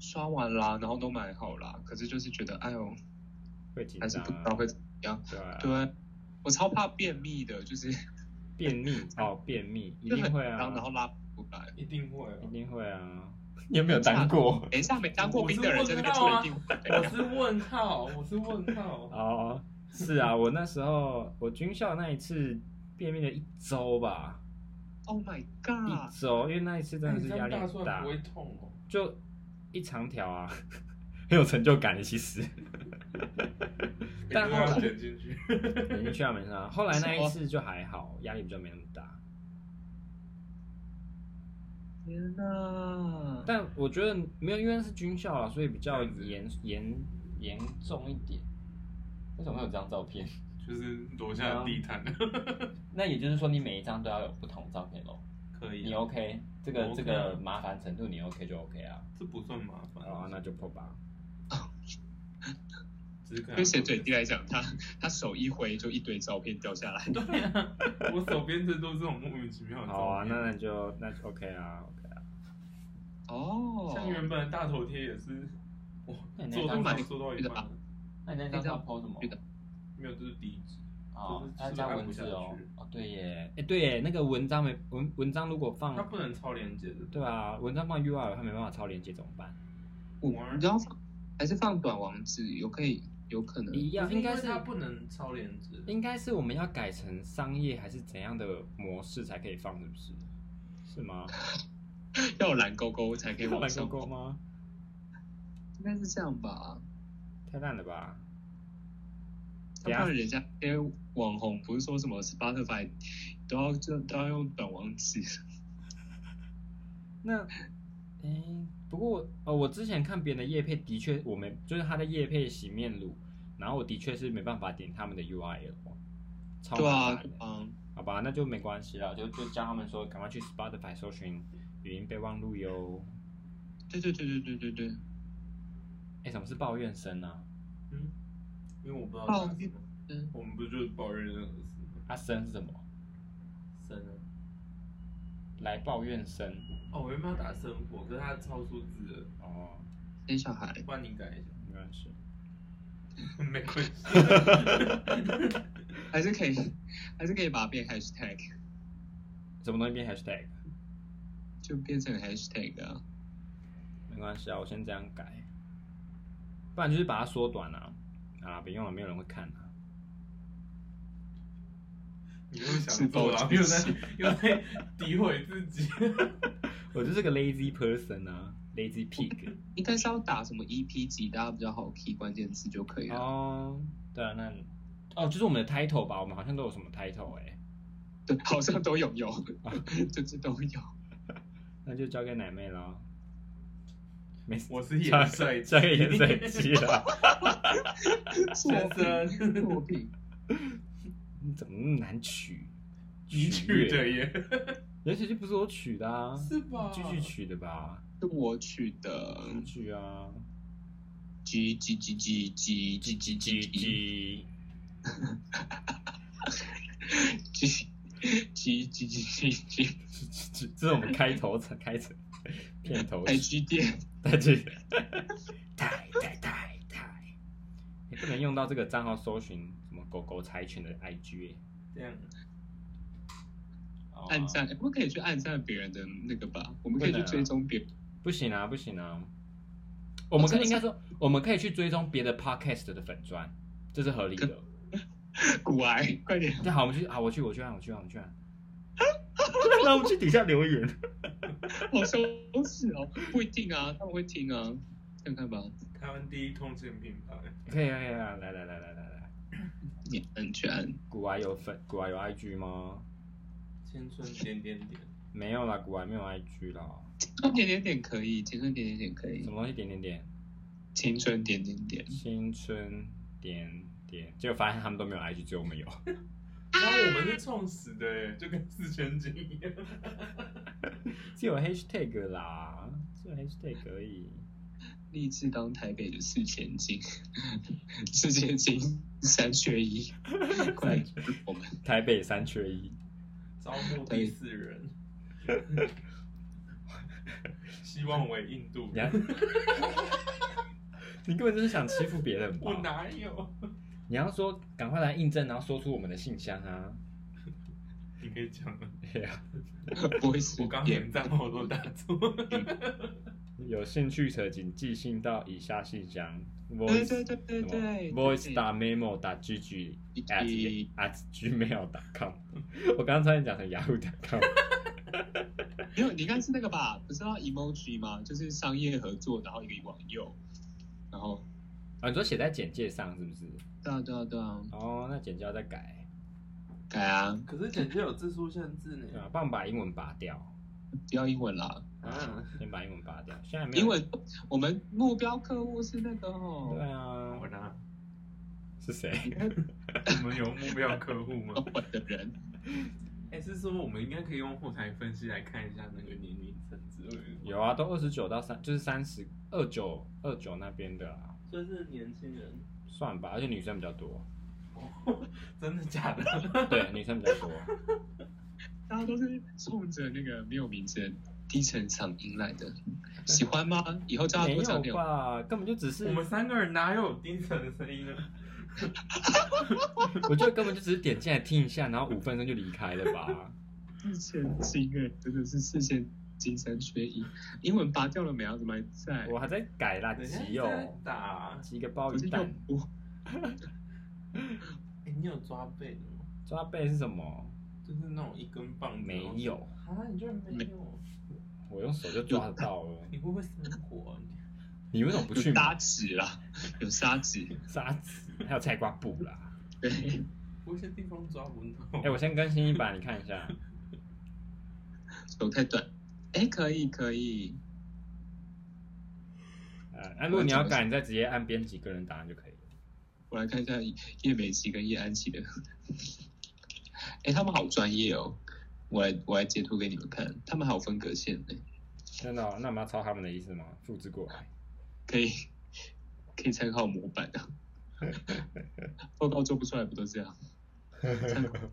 Speaker 3: 刷完啦，然后都买好啦，可是就是觉得，哎呦，
Speaker 1: 会紧
Speaker 3: 但是
Speaker 1: 张
Speaker 3: 不知道
Speaker 1: 啊，
Speaker 3: 会怎么样。
Speaker 1: 对啊，
Speaker 3: 对啊，我超怕便秘的，就是
Speaker 1: 便 秘哦，便秘 一
Speaker 3: 就很
Speaker 1: 定会
Speaker 3: 然后然
Speaker 1: 啊，
Speaker 3: 后拉不出来。
Speaker 2: 一定会啊
Speaker 1: 一！定会啊。你有没有当 过？
Speaker 3: 等一下没当过兵的人
Speaker 1: 啊
Speaker 3: 在那
Speaker 2: 我
Speaker 3: 边
Speaker 2: 是
Speaker 3: 说
Speaker 2: 问
Speaker 3: 一定会
Speaker 2: 我是问号，我是问号。
Speaker 1: 哦，是啊，我那时候我军校那一次便秘了一周吧，
Speaker 3: ，Oh my god！
Speaker 1: 一周，因为那一次真的是
Speaker 2: 你哎这
Speaker 1: 压
Speaker 2: 样
Speaker 1: 力
Speaker 2: 大
Speaker 1: 很
Speaker 2: 蒜
Speaker 1: 大
Speaker 2: 不，会痛 哦。
Speaker 1: 就一长条啊， 很有成就感的其实。但
Speaker 2: 你都要
Speaker 1: 后来
Speaker 2: 卷进去。
Speaker 1: 没去啊，没事啊。 后来那一次就还好，压力比较没那么大。
Speaker 3: 天哪！
Speaker 1: 但我觉得没有，因为是军校啦，所以比较严严严重一点。为什么会有这张照片？
Speaker 2: 就是楼下的地 毯，
Speaker 1: 那也就是说，你每一张都要有不同照片喽。
Speaker 2: 可以
Speaker 1: 你
Speaker 2: 啊，
Speaker 1: OK，这个、
Speaker 2: 我 OK
Speaker 1: 这
Speaker 2: 啊
Speaker 1: 个麻烦程度你 OK 就 OK 啊。
Speaker 2: 这不算麻烦啊
Speaker 1: 哦，那就破吧。
Speaker 2: 只是可能
Speaker 3: 对咸水鸡来讲，他他手一挥就一堆照片掉下来。
Speaker 2: 我手边这都是这种莫名其妙的照片
Speaker 1: 好啊，那那就那就 OK 啊，OK 啊。
Speaker 3: 哦，
Speaker 2: 像原本的大头贴也是，哇，
Speaker 1: 那你那
Speaker 2: 做动
Speaker 1: 张
Speaker 2: 作
Speaker 3: 蛮
Speaker 2: 做到一半，
Speaker 1: 那你那张
Speaker 3: 那
Speaker 1: 要
Speaker 3: 张
Speaker 1: PO 什么
Speaker 3: 对？的
Speaker 2: 没有，就是第一集，
Speaker 1: 哦
Speaker 2: 就是，
Speaker 1: 要
Speaker 2: 就是
Speaker 1: 加
Speaker 2: 按
Speaker 1: 文
Speaker 2: 不
Speaker 1: 字
Speaker 2: 下
Speaker 1: 哦
Speaker 2: 去。
Speaker 1: 哦，对耶，哎对耶，那个文章没文文章如果放
Speaker 2: 它不能超连接的，
Speaker 1: 对啊，文章放 URL 它没办法超连接怎么办？
Speaker 3: 我然后放还是放短网址，有可以有可能。
Speaker 1: 一
Speaker 2: 可
Speaker 1: 样，
Speaker 2: 是
Speaker 1: 应
Speaker 2: 因
Speaker 1: 该
Speaker 2: 为
Speaker 1: 是
Speaker 2: 它不能超连接，
Speaker 1: 应该是我们要改成商业还是怎样的模式才可以放，是不是？是吗？
Speaker 3: 要有蓝勾勾才可以往
Speaker 1: 蓝
Speaker 3: 上
Speaker 1: 勾勾吗？
Speaker 3: 应该是这样吧？
Speaker 1: 太烂了吧！等下
Speaker 3: 要不然人家因为网红不是说什么 Spotify 都要就都要用短网址，
Speaker 1: 那，诶，不过哦，我之前看别人的叶配，的确我没，就是他的叶配洗面乳，然后我的确是没办法点他们的 URL，超
Speaker 3: 对
Speaker 1: 麻
Speaker 3: 啊
Speaker 1: 烦的，。
Speaker 3: 嗯，
Speaker 1: 好吧，那就没关系了，就就叫他们说赶快去 Spotify 搜寻语音备忘录哟。
Speaker 3: 对对对对对对对，
Speaker 1: 哎，什么是抱怨声啊？
Speaker 2: 嗯，因为我不知道它是什么，
Speaker 3: 嗯，
Speaker 2: 我们不就是抱怨那个事吗？
Speaker 1: 啊，声是什么？
Speaker 2: 生啊，
Speaker 1: 来抱怨声
Speaker 2: 哦，我原本要打生活，可是它超出字了，
Speaker 1: 哦，
Speaker 3: 生小孩，
Speaker 2: 帮你改一下，
Speaker 1: 没关系。
Speaker 2: 没关系，
Speaker 3: 还是可以，还是可以把它变 hashtag，
Speaker 1: 什么东西变 hashtag？
Speaker 3: 就变成 hashtag 啊。
Speaker 1: 没关系啊，我先这样改，不然就是把它缩短啊。啊，别用了，没有人会看啊。
Speaker 2: 你又想做了，又在又在诋毁自己，
Speaker 1: 我就是个 lazy person 啊，lazy pig。
Speaker 3: 应该是要打什么 EP 级，大家比较好 key 关键字就可以了。
Speaker 1: 哦，对啊，那哦，就是我们的 title 吧，我们好像都有什么 title 哎、
Speaker 3: 对，好像都有有，就是都有。
Speaker 1: 那就交给奶妹了。没事，
Speaker 2: 我是盐水鸡
Speaker 1: 交给盐水鸡了。
Speaker 2: 先生
Speaker 3: 作品，
Speaker 1: 你怎么那么难取？
Speaker 2: 你取的
Speaker 1: 悦，
Speaker 2: 耶，
Speaker 1: 盐水鸡 不是我取的啊，
Speaker 2: 是吧？
Speaker 1: 继续取的吧？
Speaker 3: 是我取的。
Speaker 1: 取啊，
Speaker 3: G G G G G G G G G
Speaker 1: 鸡。
Speaker 3: G G G G G G
Speaker 1: 这这是我们开头才开始片头
Speaker 3: I
Speaker 1: 曲，
Speaker 3: G 店，
Speaker 1: 对对，太太太太，你不能用到这个账号搜寻什么狗狗柴犬的 IG，耶
Speaker 2: 这样，
Speaker 1: 哦
Speaker 3: 按赞，欸不可以去按赞别人的那个吧？我们可以
Speaker 1: 不
Speaker 3: 去
Speaker 1: 能啊
Speaker 3: 追踪别人。
Speaker 1: 不行啊不行啊，我们可以
Speaker 3: 哦
Speaker 1: 应该说我们可以去追踪别的 podcast 的粉砖，这是合理的。
Speaker 3: 古癌， 快点！
Speaker 1: 那好，我们去啊，我去我去按我去按我去 按，那我们去底下留言，
Speaker 3: 好羞耻哦，不一定啊，他们会听啊，看看吧。
Speaker 2: 台湾第一通勤品牌，
Speaker 1: 可以可以可以啊，来来来来来来，
Speaker 3: 你按去按，
Speaker 1: 古玩有粉古玩有 IG 吗？
Speaker 2: 青春点点点，
Speaker 1: 没有啦，古玩没有 IG 啦，
Speaker 3: 青春点点点可以，青春点点点可以
Speaker 1: 什，么东西点点点。
Speaker 3: 青春点点点。
Speaker 1: 青春点点，结果发现他们都没有 IG，只有我们有。
Speaker 2: 然后我们是创始的耶，就跟四千金一样，
Speaker 1: 只有 hashtag 啦，只有 hashtag 而已。
Speaker 3: 立志当台北的四千金， 四千金三 缺一，快来我们
Speaker 1: 台北三缺一，
Speaker 2: 招募第四人， 希望为印度
Speaker 1: 你
Speaker 2: 人
Speaker 1: 看， 你根本就是想欺负别人
Speaker 2: 我
Speaker 1: 吧？
Speaker 2: 哪有？
Speaker 1: 你要说赶快来印证，然后说出我们的信箱啊！
Speaker 2: 你可以讲了，
Speaker 1: 对啊，
Speaker 3: 不会是
Speaker 2: 我刚
Speaker 3: 点
Speaker 2: 连账号都打错。
Speaker 1: 有兴趣者请寄信到以下信箱
Speaker 3: 对
Speaker 1: ：voice
Speaker 3: 对对对对 E
Speaker 1: voice 打 memo 打 gg at
Speaker 3: 以
Speaker 1: at gmail com。我刚刚差点讲成 yahoo com。
Speaker 3: 没有，你刚是那个吧？不是要 emoji 吗？就是商业合作，然后一个往右，然后
Speaker 1: 啊，你说写在简介上是不是？
Speaker 3: 对啊对啊对啊，
Speaker 1: 哦，那简介要再改，
Speaker 3: 改啊，
Speaker 2: 可是简介有字数限制
Speaker 1: 对
Speaker 2: 呢。
Speaker 1: 啊，帮我们把英文拔掉，
Speaker 3: 不要英文啦，
Speaker 2: 啊，
Speaker 1: 先把英文拔掉。现在没有
Speaker 3: 英，文我们目标客户是那个哦
Speaker 1: 对，啊
Speaker 2: 我，哪？
Speaker 1: 是谁？
Speaker 2: 我们有目标客户 吗？
Speaker 3: 我的人，
Speaker 2: 哎、是说我们应该可以用后台分析来看一下那个年龄层之类的。
Speaker 1: 有，啊，都二十九到三，就是三十二九二九那边的啊，
Speaker 2: 所以是年轻人。
Speaker 1: 算吧，而且女生比较多，
Speaker 2: 真的假 的？
Speaker 1: 对，女生比较 多。
Speaker 3: 大家都是冲着那个没有名字的低沉嗓音来的，喜欢吗？以后叫他
Speaker 1: 没
Speaker 3: 多讲点
Speaker 1: 有。吧，根本就只是，
Speaker 2: 我们三个人哪有低沉的声音呢？
Speaker 1: 我觉得根本就只是点进来听一下，然后五分钟就离开了吧。
Speaker 3: 四千金哎，真的是四千金三缺一。英文拔掉了没有？怎么还在？
Speaker 1: 我还在改啦，
Speaker 2: 等一下
Speaker 1: 急哦，
Speaker 2: 再打。
Speaker 1: 急个鲍
Speaker 3: 不是
Speaker 1: 鱼
Speaker 3: 又
Speaker 1: 蛋，
Speaker 3: 不
Speaker 2: 哎、你有抓背的吗？
Speaker 1: 抓背是什么？
Speaker 2: 就是那种一根棒子。
Speaker 1: 没有，
Speaker 2: 啊，你居然没有？
Speaker 1: 我用手就抓得到了。
Speaker 2: 你会不会生火、啊？你
Speaker 1: 你为什么不去
Speaker 3: 有
Speaker 1: 买
Speaker 3: 沙纸啦，有沙纸。
Speaker 1: 沙子， 还有菜瓜布啦？
Speaker 3: 对，
Speaker 2: 我有些地方抓不到。
Speaker 1: 哎、我先更新一版，你看一下。
Speaker 3: 手太短。哎，可以可以，
Speaker 1: 呃，那、如果你要改，你再直接按编辑个人档案就可以了。
Speaker 3: 我来看一下叶美琪跟叶安琪的。哎，他们好专业哦。我来我来截图给你们看，他们好分隔线哎，
Speaker 1: 真的、哦？那我们要抄他们的意思吗？复制过 来。
Speaker 3: 可以可以参考模板啊。报告做不出来不都这样？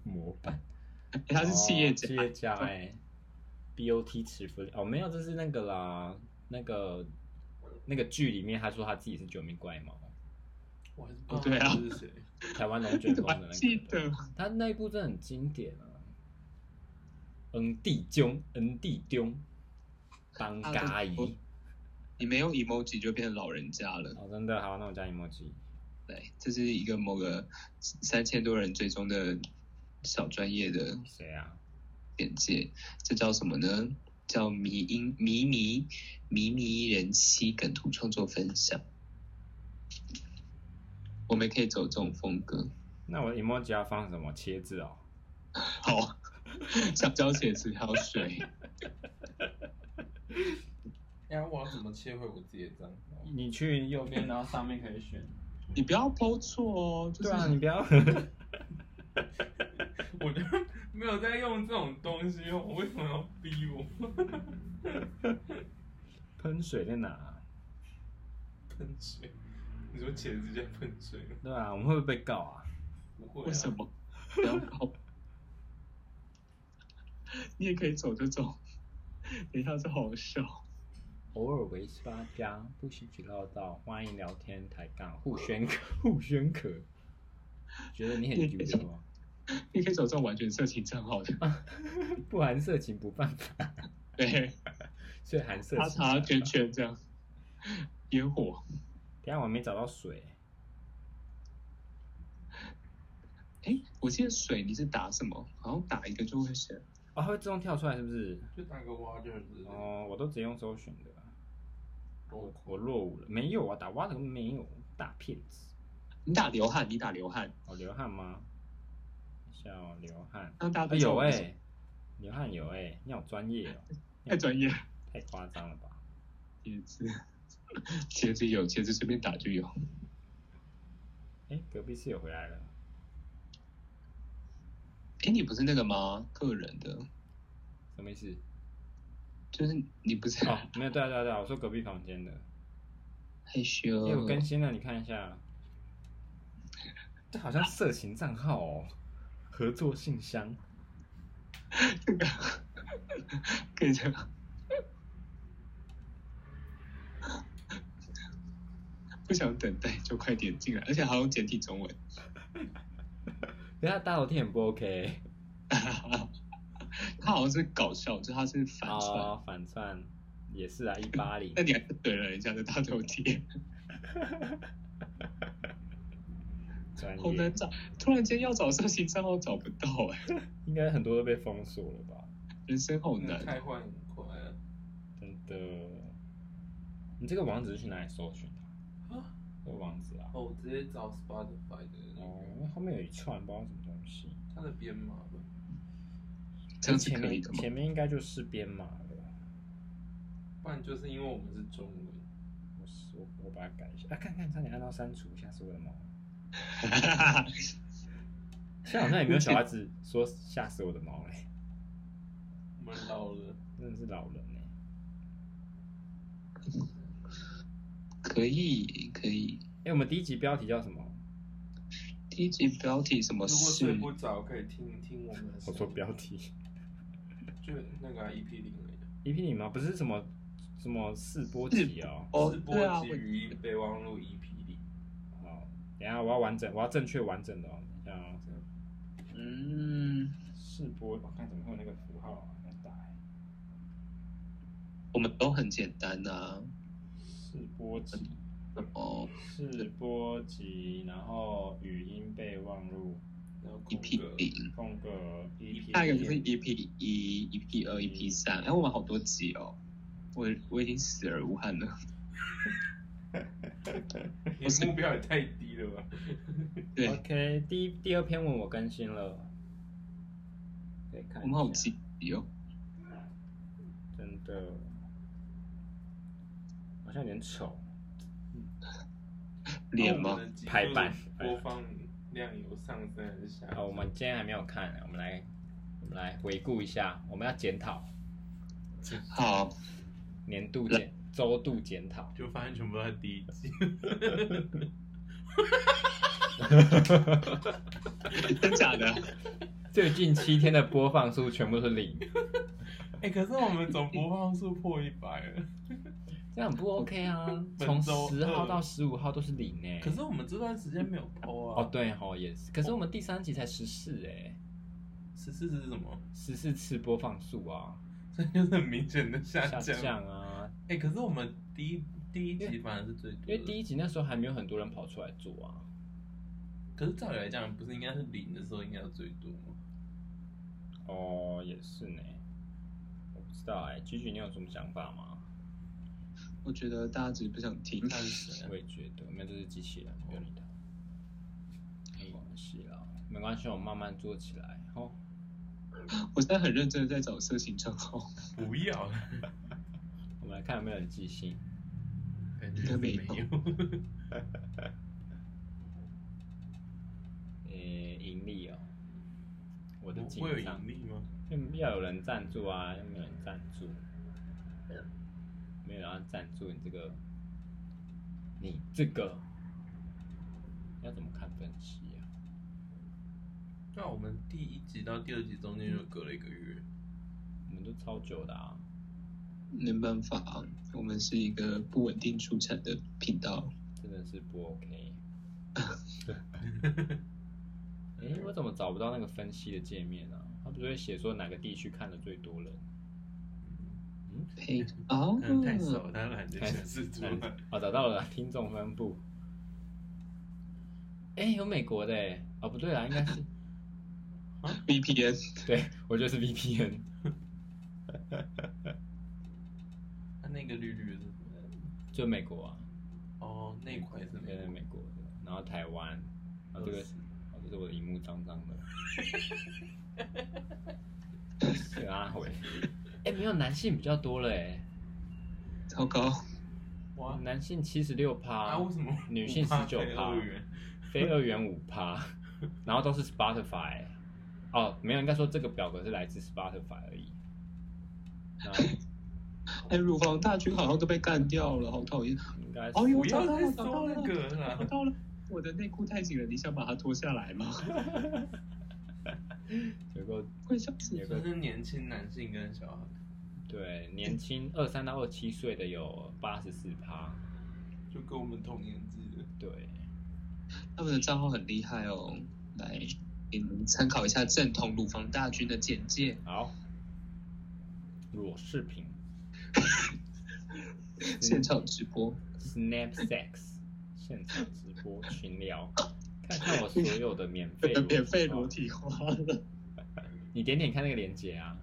Speaker 1: 模板。
Speaker 3: 哎，他是企业家，
Speaker 1: 哦企业家哎、b o t 持福利哦，没有，这是那个啦，那个那个剧里面他说他自己是九命怪猫，
Speaker 2: 我还是不知
Speaker 3: 对
Speaker 2: 道
Speaker 3: 啊
Speaker 2: 他是谁。
Speaker 1: 台湾龙
Speaker 3: 你
Speaker 1: 卷
Speaker 3: 怎
Speaker 1: 风
Speaker 3: 么
Speaker 1: 的那个。
Speaker 3: 记得？
Speaker 1: 他那一部真的很经典啊。嗯，地中，嗯，地中，当
Speaker 3: 啊
Speaker 1: 嘎
Speaker 3: 对
Speaker 1: 姨。
Speaker 3: 你没有 emoji 就变成老人家了。
Speaker 1: 哦，真的好，那我加 emoji。
Speaker 3: 对，这是一个某个三千多人追踪的小专业的
Speaker 1: 谁啊？
Speaker 3: 简介，这叫什么呢？叫迷音迷迷迷迷人妻梗图创作分享。我们也可以走这种风格，
Speaker 1: 那我 emoji 要放什么？茄子哦。
Speaker 3: 好，香蕉茄子还有水，
Speaker 2: 哎呀，我要怎么切回我自己的账号？
Speaker 1: 你去右边，然后上面可以选。
Speaker 3: 你不要抛错哦。就 是、
Speaker 1: 对啊，你不要。
Speaker 2: 我就没有在用这种东西哦，我为什么要逼我？
Speaker 1: 喷水在哪？啊
Speaker 2: 喷水？你说茄子在喷水吗？
Speaker 1: 对啊，我们会不会被告啊？
Speaker 2: 不会、啊。
Speaker 3: 为什？么不要抛？你也可以走这种，等一下这好笑。
Speaker 1: 偶尔为之八加，不许举报到，欢迎聊天抬杠，互 宣可，互宣可。觉得你很
Speaker 3: 对
Speaker 1: 拘留啊，
Speaker 3: 你可以走这种完全色情账号的，
Speaker 1: 不含色情不犯法，
Speaker 3: 对，
Speaker 1: 所以含色情
Speaker 3: 叉
Speaker 1: 不犯
Speaker 3: 叉
Speaker 1: 法。
Speaker 3: 圈圈这样，烟火。
Speaker 1: 等一下我没找到水，
Speaker 3: 哎，我记得水你是打什么？好像打一个就会选。
Speaker 1: 哦，它会自动跳出来是不是？
Speaker 2: 就打个蛙就是。哦。
Speaker 1: 哦，我都直接用搜寻的，我我落伍了，没有啊，打蛙的没有，大骗子，
Speaker 3: 你打流汗，你打流汗，
Speaker 1: 哦，流汗吗？叫流汗，
Speaker 3: 让大家
Speaker 1: 啊
Speaker 3: 都
Speaker 1: 有哎、
Speaker 3: 知道
Speaker 1: 流汗有哎、你好专业 哦，
Speaker 3: 太专业了。
Speaker 1: 太夸张了吧？
Speaker 3: 茄子， 茄子有，茄子随便打就有。
Speaker 1: 哎、隔壁室友回来了，
Speaker 3: 哎，你不是那个吗？个人的，
Speaker 1: 什么意思？
Speaker 3: 就是你不是
Speaker 1: 哦， 没有，对啊对啊对啊，我说隔壁房间的，
Speaker 3: 害
Speaker 1: 因
Speaker 3: 羞？
Speaker 1: 为我更新了，你看一下，这好像色情账号哦，合作信箱，
Speaker 3: 这个可以这样。不想等待就快点进来，而且还用简体中文。
Speaker 1: 等一啊下大头贴很不 OK
Speaker 3: 他好像是搞笑，就是他是反串。哎
Speaker 1: 哦，反串也是啊，一八零
Speaker 3: 那。你还是怼了人家的大头贴，
Speaker 1: 专
Speaker 3: 好
Speaker 1: 业
Speaker 3: 难找。突然间要找色情账号找不到哎、
Speaker 1: 应该很多都被封锁了吧？
Speaker 3: 人生好
Speaker 2: 那
Speaker 3: 难。
Speaker 2: 太换很快啊！
Speaker 1: 真的。你这个网址是去哪里搜寻的啊？
Speaker 2: 啊
Speaker 1: 这个网址啊？
Speaker 2: 哦，我直接找 Spotify 的那
Speaker 1: 哦
Speaker 2: 个，
Speaker 1: 后面有一串不知道什么东西。
Speaker 2: 它的编码吧。嗯
Speaker 3: 这样是
Speaker 1: 前
Speaker 3: 可以
Speaker 1: 面
Speaker 3: 的吗？
Speaker 1: 前面应该就是编码了。
Speaker 2: 不然就是因为我们是中文，
Speaker 1: 我是我我把它改一下啊，看看差点按到删除，吓死我的猫！现在好像也没有小孩子说吓死我的猫嘞，
Speaker 2: 我们老了。
Speaker 1: 真的是老人哎。
Speaker 3: 可以可以。
Speaker 1: 哎，我们第一集标题叫什么？
Speaker 3: 第一集标题什么
Speaker 2: 如果睡
Speaker 3: 事？
Speaker 2: 不着，可以听听我们的声 音。
Speaker 1: 题
Speaker 2: 就那个 EP 零而已。啊
Speaker 1: ，EP 里吗？不是什么什么试播集哦。
Speaker 3: 哦
Speaker 2: 直
Speaker 3: 对
Speaker 2: 播
Speaker 3: 啊
Speaker 2: 及
Speaker 3: 我
Speaker 2: 语音备忘录 EP 零。
Speaker 1: 好，哦等一下我要完整，我要正确完整的哦。等一下哦，
Speaker 3: 嗯，
Speaker 1: 试播，我看怎么会有那个符号啊，很大欸。
Speaker 3: 我们都很简单呐、
Speaker 1: 试播集，
Speaker 3: 哦，
Speaker 1: 试播集，然后语音备忘录，
Speaker 2: 然后空
Speaker 3: EP
Speaker 2: 格
Speaker 3: 零，
Speaker 1: 空格 EP，
Speaker 3: 下一个就是 EP 一、EP 二、EP
Speaker 2: 嗯
Speaker 3: 三。哎，我们好多集哦，我我已经死而无憾了。
Speaker 2: 你目标也太低了吧？
Speaker 3: 对，
Speaker 2: 哦
Speaker 1: OK，第一第二篇文我更新了，可以看
Speaker 3: 我们好
Speaker 1: 一下，
Speaker 3: 积极哦。
Speaker 1: 真的好像有点丑，
Speaker 3: 脸
Speaker 2: 那我
Speaker 3: 吗？
Speaker 2: 们的集数
Speaker 1: 排版
Speaker 2: 播放量有上升还是下
Speaker 1: 好，我
Speaker 2: 降？
Speaker 1: 们今天还没有看，我们来我们来回顾一下，我们要检讨
Speaker 3: 好，
Speaker 1: 年度检周度检讨，
Speaker 2: 就发现全部都在第一季。
Speaker 3: 真假的？
Speaker 1: 最近七天的播放数全部是零，
Speaker 2: 哎、可是我们总播放数破一百了。
Speaker 1: 这样很不 OK 啊！从
Speaker 2: 本周
Speaker 1: 十号
Speaker 2: 二
Speaker 1: 到十五号都是零哎、
Speaker 2: 可是我们这段时间没有播
Speaker 1: 哦
Speaker 2: 啊。
Speaker 1: 对哦也是，可是我们第三集才十四哎，
Speaker 2: 十四是什么？
Speaker 1: 十四次播放数啊，
Speaker 2: 这就是很明显的下
Speaker 1: 下
Speaker 2: 降。
Speaker 1: 降啊，
Speaker 2: 哎、可是我们第一第一集反而是最多的，
Speaker 1: 因为第一集那时候还没有很多人跑出来做啊，
Speaker 2: 可是照理来讲，不是应该是零的时候应该要最多吗？
Speaker 1: 哦，也是呢，我不知道哎、菊菊你有什么想法吗？
Speaker 3: 我觉得大家只是不想听。
Speaker 2: 他是谁啊
Speaker 1: 我？也觉得，没有，这是机器人，不用理它，没关系啦，没关系，我慢慢做起来哦。
Speaker 3: 我现在很认真的在找色情账号，
Speaker 2: 不要，
Speaker 1: 我们来看有没有人寄信，
Speaker 2: 感觉是没
Speaker 3: 应该没
Speaker 2: 有。
Speaker 1: 呃、盈利哦，我的进
Speaker 2: 会有
Speaker 1: 账
Speaker 2: 盈利吗？
Speaker 1: 要要有人赞助啊，要没有人赞助，没有人要赞助你这个，你这个要怎么看分析啊？
Speaker 2: 那我们第一集到第二集中间就隔了一个月，
Speaker 1: 我们都超久的啊，
Speaker 3: 没办法啊，我们是一个不稳定出产的频道。
Speaker 1: 真的是不 OK。哎、我怎么找不到那个分析的界面啊？他不是会写说哪个地区看的最多人？嗯，
Speaker 3: 呸啊！
Speaker 2: 可嗯能太少了，他懒得显示出来。
Speaker 1: 哦，找到了听众分布。哎、有美国的哎，哦不对啦，应该 是
Speaker 3: VPN
Speaker 1: 对，我就是 VPN。
Speaker 2: 他哦那个绿绿的是什么？
Speaker 1: 就美国啊，
Speaker 2: 哦，那一块是
Speaker 1: 对
Speaker 2: 没
Speaker 1: 对，
Speaker 2: 有。
Speaker 1: 美国的，然后台湾，然后这个，
Speaker 2: 二十
Speaker 1: 哦，这是我的荧幕脏脏 的，给他回。哎、没有男性比较多了哎，
Speaker 3: 糟糕，
Speaker 2: 哇，
Speaker 1: 男性七十六趴
Speaker 2: 啊，为，什么
Speaker 1: 女性
Speaker 2: 五
Speaker 1: 19%
Speaker 2: 非二元？
Speaker 1: 非二元五趴，然后都是 Spotify。哦，没有，应该说这个表格是来自 Spotify 而已。那
Speaker 3: 哎，乳房大军好像都被干掉了，好 讨厌！
Speaker 1: 应该是
Speaker 3: 哦哟
Speaker 2: 不要再说那个
Speaker 3: 找
Speaker 2: 了。
Speaker 3: 到了，我的内裤太紧了，你想把它脱下来吗？
Speaker 1: 有个
Speaker 3: 快笑死
Speaker 1: 有
Speaker 3: 了！
Speaker 1: 个
Speaker 2: 就是年轻男性跟小孩，
Speaker 1: 对年轻二三到二七岁的有八十四趴，
Speaker 2: 就跟我们同年纪的。
Speaker 1: 对，
Speaker 3: 他们的账号很厉害哦，来给你们参考一下正统乳房大军的简介。
Speaker 1: 好，裸视频
Speaker 3: 现场直播，
Speaker 1: ，Snap Sex，现场直播群聊，看看我所有的免费
Speaker 3: 免费
Speaker 1: 裸
Speaker 3: 裸
Speaker 1: 体
Speaker 3: 体花了，
Speaker 1: 照，你点点看那个链接啊，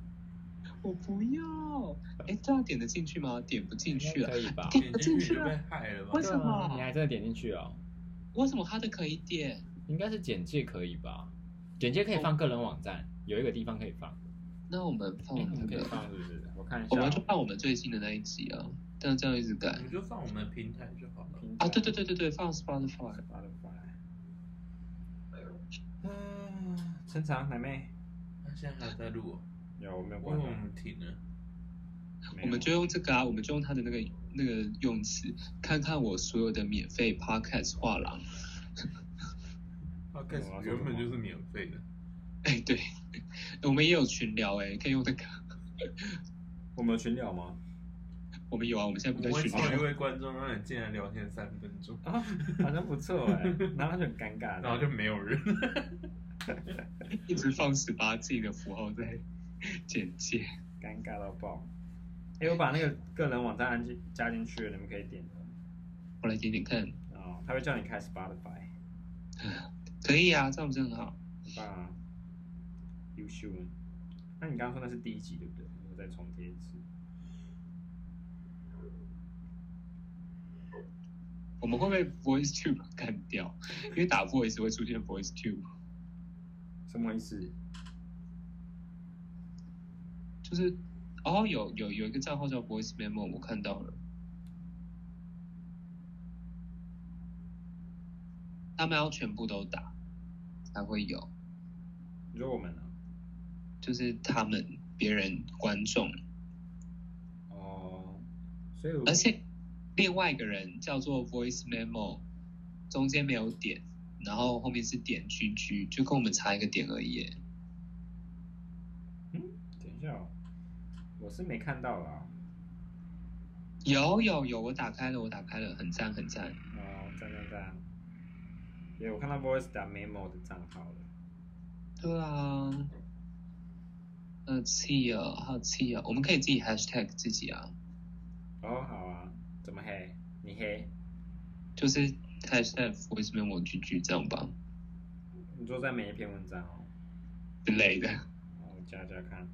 Speaker 3: 我不要。哎，这样点得进去吗？点不进去
Speaker 1: 应该
Speaker 3: 啊
Speaker 1: 可！以 吧？
Speaker 3: 点不进去
Speaker 2: 就被
Speaker 3: 啊！
Speaker 2: 害了吧
Speaker 3: 为？什么
Speaker 1: 对啊你还真的点进去哦？
Speaker 3: 为什么他的可以点？
Speaker 1: 应该是简介可以吧？简介可以
Speaker 3: 哦
Speaker 1: 放个人网站，有一个地方可以放，
Speaker 3: 那我们放
Speaker 1: 哎，
Speaker 2: 嗯
Speaker 1: 我
Speaker 3: 那
Speaker 1: 们可以
Speaker 3: 个，
Speaker 1: 放是不是？我看一
Speaker 3: 哦我
Speaker 1: 下
Speaker 3: 们
Speaker 1: 哦
Speaker 3: 就放我们最新的那一集啊。但这样一直改
Speaker 2: 你就上我们平台就好了。
Speaker 1: 平台
Speaker 3: 啊！对对对对对，放 Spotify。
Speaker 1: Spotify 嗯，陈长奶妹
Speaker 2: 啊他现在还有在录哦，
Speaker 1: 有没有啊
Speaker 2: 我以为我们停了。
Speaker 1: 哦
Speaker 3: 我们就用这个啊，我们就用他的那个那个用词，看看我所有的免费 podcast 画廊。
Speaker 2: 他开始原本就是免费的，
Speaker 3: 哎，对，我们也有群聊哎、可以用那个。
Speaker 1: 我们有群聊吗？
Speaker 3: 我们有啊，我们现在
Speaker 2: 我
Speaker 3: 不
Speaker 2: 们
Speaker 3: 在
Speaker 2: 会
Speaker 3: 群
Speaker 2: 找一
Speaker 3: 聊。
Speaker 2: 位观众让你进来聊天三分 钟，
Speaker 1: 啊，哦好像不错 哎，然后就很尴尬，
Speaker 2: 然后就没有人。
Speaker 3: 一直放十八禁的符号在 简介。
Speaker 1: 尴尬到爆。哎，我把那个个人网站按进加进去了，你们可以点
Speaker 3: 我来点点看，
Speaker 1: 哦，他会叫你开 Spotify，
Speaker 3: 可以啊，这样不是很好？
Speaker 1: 很棒啊，优秀。那你刚刚说那是第一集对不对？我再重贴一次。
Speaker 3: 我们会不会 voice tube 干掉？因为打 voice 会出现 voice tube，
Speaker 1: 什么意思？
Speaker 3: 就是哦，有有有一个账号叫 voice memo，我看到了。他们要全部都打才会有，
Speaker 1: 你说我们呢？
Speaker 3: 就是他们别人观众，
Speaker 1: 哦，所以我
Speaker 3: 而且另外一个人叫做 voice memo，中间没有点，然后后面是点 GG，就跟我们差一个点而已耶。
Speaker 1: 等一下、哦，我是没看到啦。
Speaker 3: 有有有，我打开了，我打开了，很赞很赞。
Speaker 1: 哦，赞赞赞！对，我看到 Voice 打 Memo 的账号了。
Speaker 3: 对啊，好气哦，好气哦，我们可以自己 hashtag 自己啊，
Speaker 1: 哦，好啊，怎么黑？你黑？
Speaker 3: 就是 hashtag voice memo GG 这样吧
Speaker 1: 你说在每一篇文章哦，
Speaker 3: 之类的。
Speaker 1: 然后加加看。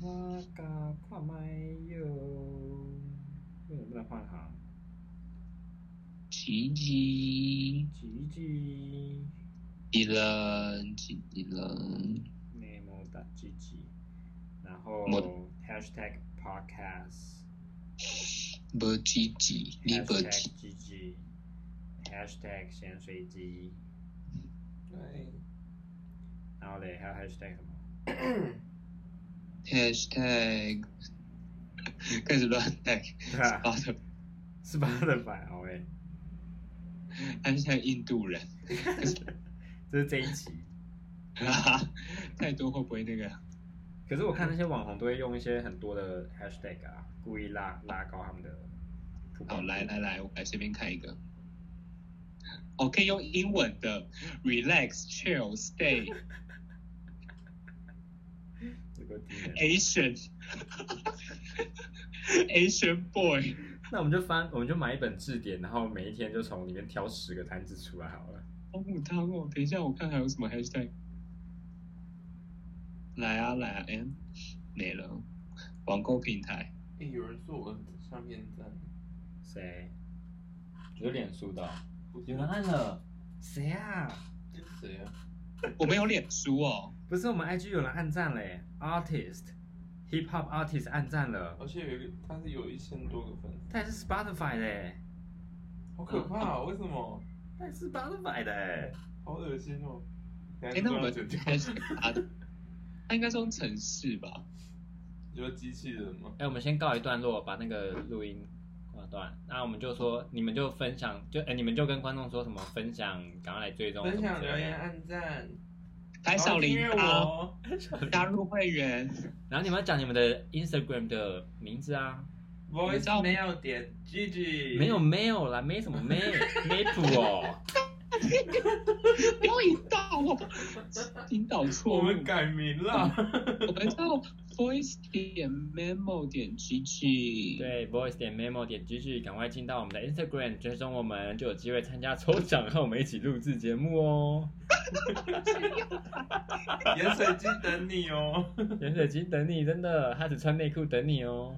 Speaker 1: 我嘎快麦哟，为什么不能换行？
Speaker 3: 吉吉，
Speaker 1: 吉吉
Speaker 3: 一人，吉一人，
Speaker 1: Memo 打吉吉，然后
Speaker 3: 我
Speaker 1: Hashtag Podcast，Hashtag
Speaker 3: 不吉吉，你不吉，
Speaker 1: 吉吉，Hashtag 咸水鸡，
Speaker 2: 对，
Speaker 1: 然后嘞还有 Hashtag 什么？
Speaker 3: hashtag 开始乱 tag，
Speaker 1: 对啊
Speaker 3: 好的
Speaker 1: 是八的版哦哎，
Speaker 3: ，hashtag 印度人，
Speaker 1: 这是这一集。
Speaker 3: 哈哈，太多会不会那个？
Speaker 1: 可是我看那些网红都会用一些很多的 hashtag 啊，故意拉拉高他们的曝
Speaker 3: 好，
Speaker 1: 光度。
Speaker 3: 哦来来来，我来随便看一个。我、可以用英文的，relax, chill, stay,
Speaker 1: 这个低
Speaker 3: 哎
Speaker 1: 能
Speaker 3: Asian, Asian boy。
Speaker 1: 那我们就翻，我们就买一本字典，然后每一天就从里面挑十个单字出来好了。
Speaker 3: 好母汤哦，等一下我看还有什么 hashtag。来啊来啊，哎、没了。网购平台，
Speaker 2: 哎，有人说我上面赞，
Speaker 1: 谁？有脸书的哦、
Speaker 2: 不是
Speaker 1: 有人按了。谁啊？
Speaker 2: 是谁啊？
Speaker 3: 我们有脸书哦。
Speaker 1: 不是我们 IG 有人按赞嘞，artist hip hop artist 按赞了，
Speaker 2: 而且有一个他是有一千多个粉丝，
Speaker 1: 他也是 Spotify 嘞，
Speaker 2: 好可怕、啊！为什么？
Speaker 1: 他也哎是 Spotify 的欸。
Speaker 2: 好恶心哦！哎
Speaker 3: 哎、那我们
Speaker 2: 剪掉，
Speaker 3: hashtag 它的，它应该是用城市 吧？
Speaker 2: 你说机器人 吗？
Speaker 1: 哎、我们先告一段落，把那个录音挂断。那我们就说，你们就分享，就哎、你们就跟观众说什么分享，赶快来追踪，
Speaker 2: 分享、留言、。按赞，哦
Speaker 3: 还少
Speaker 2: 订
Speaker 3: 零
Speaker 2: 阅
Speaker 3: 八，
Speaker 2: 我。
Speaker 3: 加入会员。
Speaker 1: 然后你们要讲你们的 Instagram 的名字啊，
Speaker 3: 你
Speaker 2: voice
Speaker 3: 知道
Speaker 2: 没有点 Gigi，
Speaker 1: 没有没有啦，没什么没没谱 哦。
Speaker 3: 不要引导我，引导错
Speaker 2: 我
Speaker 3: 误。
Speaker 2: 们改名了。
Speaker 3: 我们叫 voice 点 memo 点 gg。，
Speaker 1: 对，voice 点 memo 点 gg，赶快进到我们的 Instagram 追踪我们，就有机会参加抽奖，哎和我们一起录制节目哦。
Speaker 2: 盐水鸡等你哦，
Speaker 1: 盐水鸡等你，真的，他只穿内裤等你哦。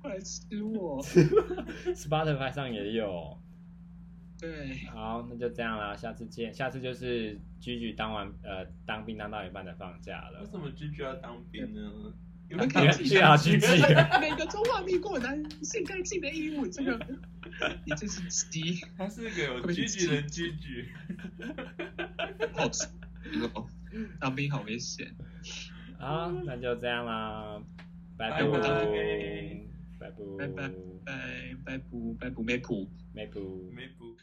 Speaker 3: 快来吃我。
Speaker 1: Spotify 上也有。
Speaker 3: 对，
Speaker 1: 好，那就这样啦，下次见。下次就是 Gigi 当完呃当兵当到一半的放假了
Speaker 2: 为，什么 Gigi 要当兵呢？因
Speaker 3: 们
Speaker 1: 因为去啊 Gigi，
Speaker 3: 每个中华民国男性该尽的义务，这个你这是鸡，
Speaker 2: 他是个有
Speaker 3: 会被
Speaker 2: Gigi 的
Speaker 3: 气
Speaker 2: Gigi。
Speaker 3: 好吃哦。当兵好危险。
Speaker 1: 好，那就这样啦，拜拜
Speaker 2: 拜拜
Speaker 1: 拜拜
Speaker 3: 拜拜拜拜不拜不没谱。
Speaker 1: 拜拜。
Speaker 2: 没补。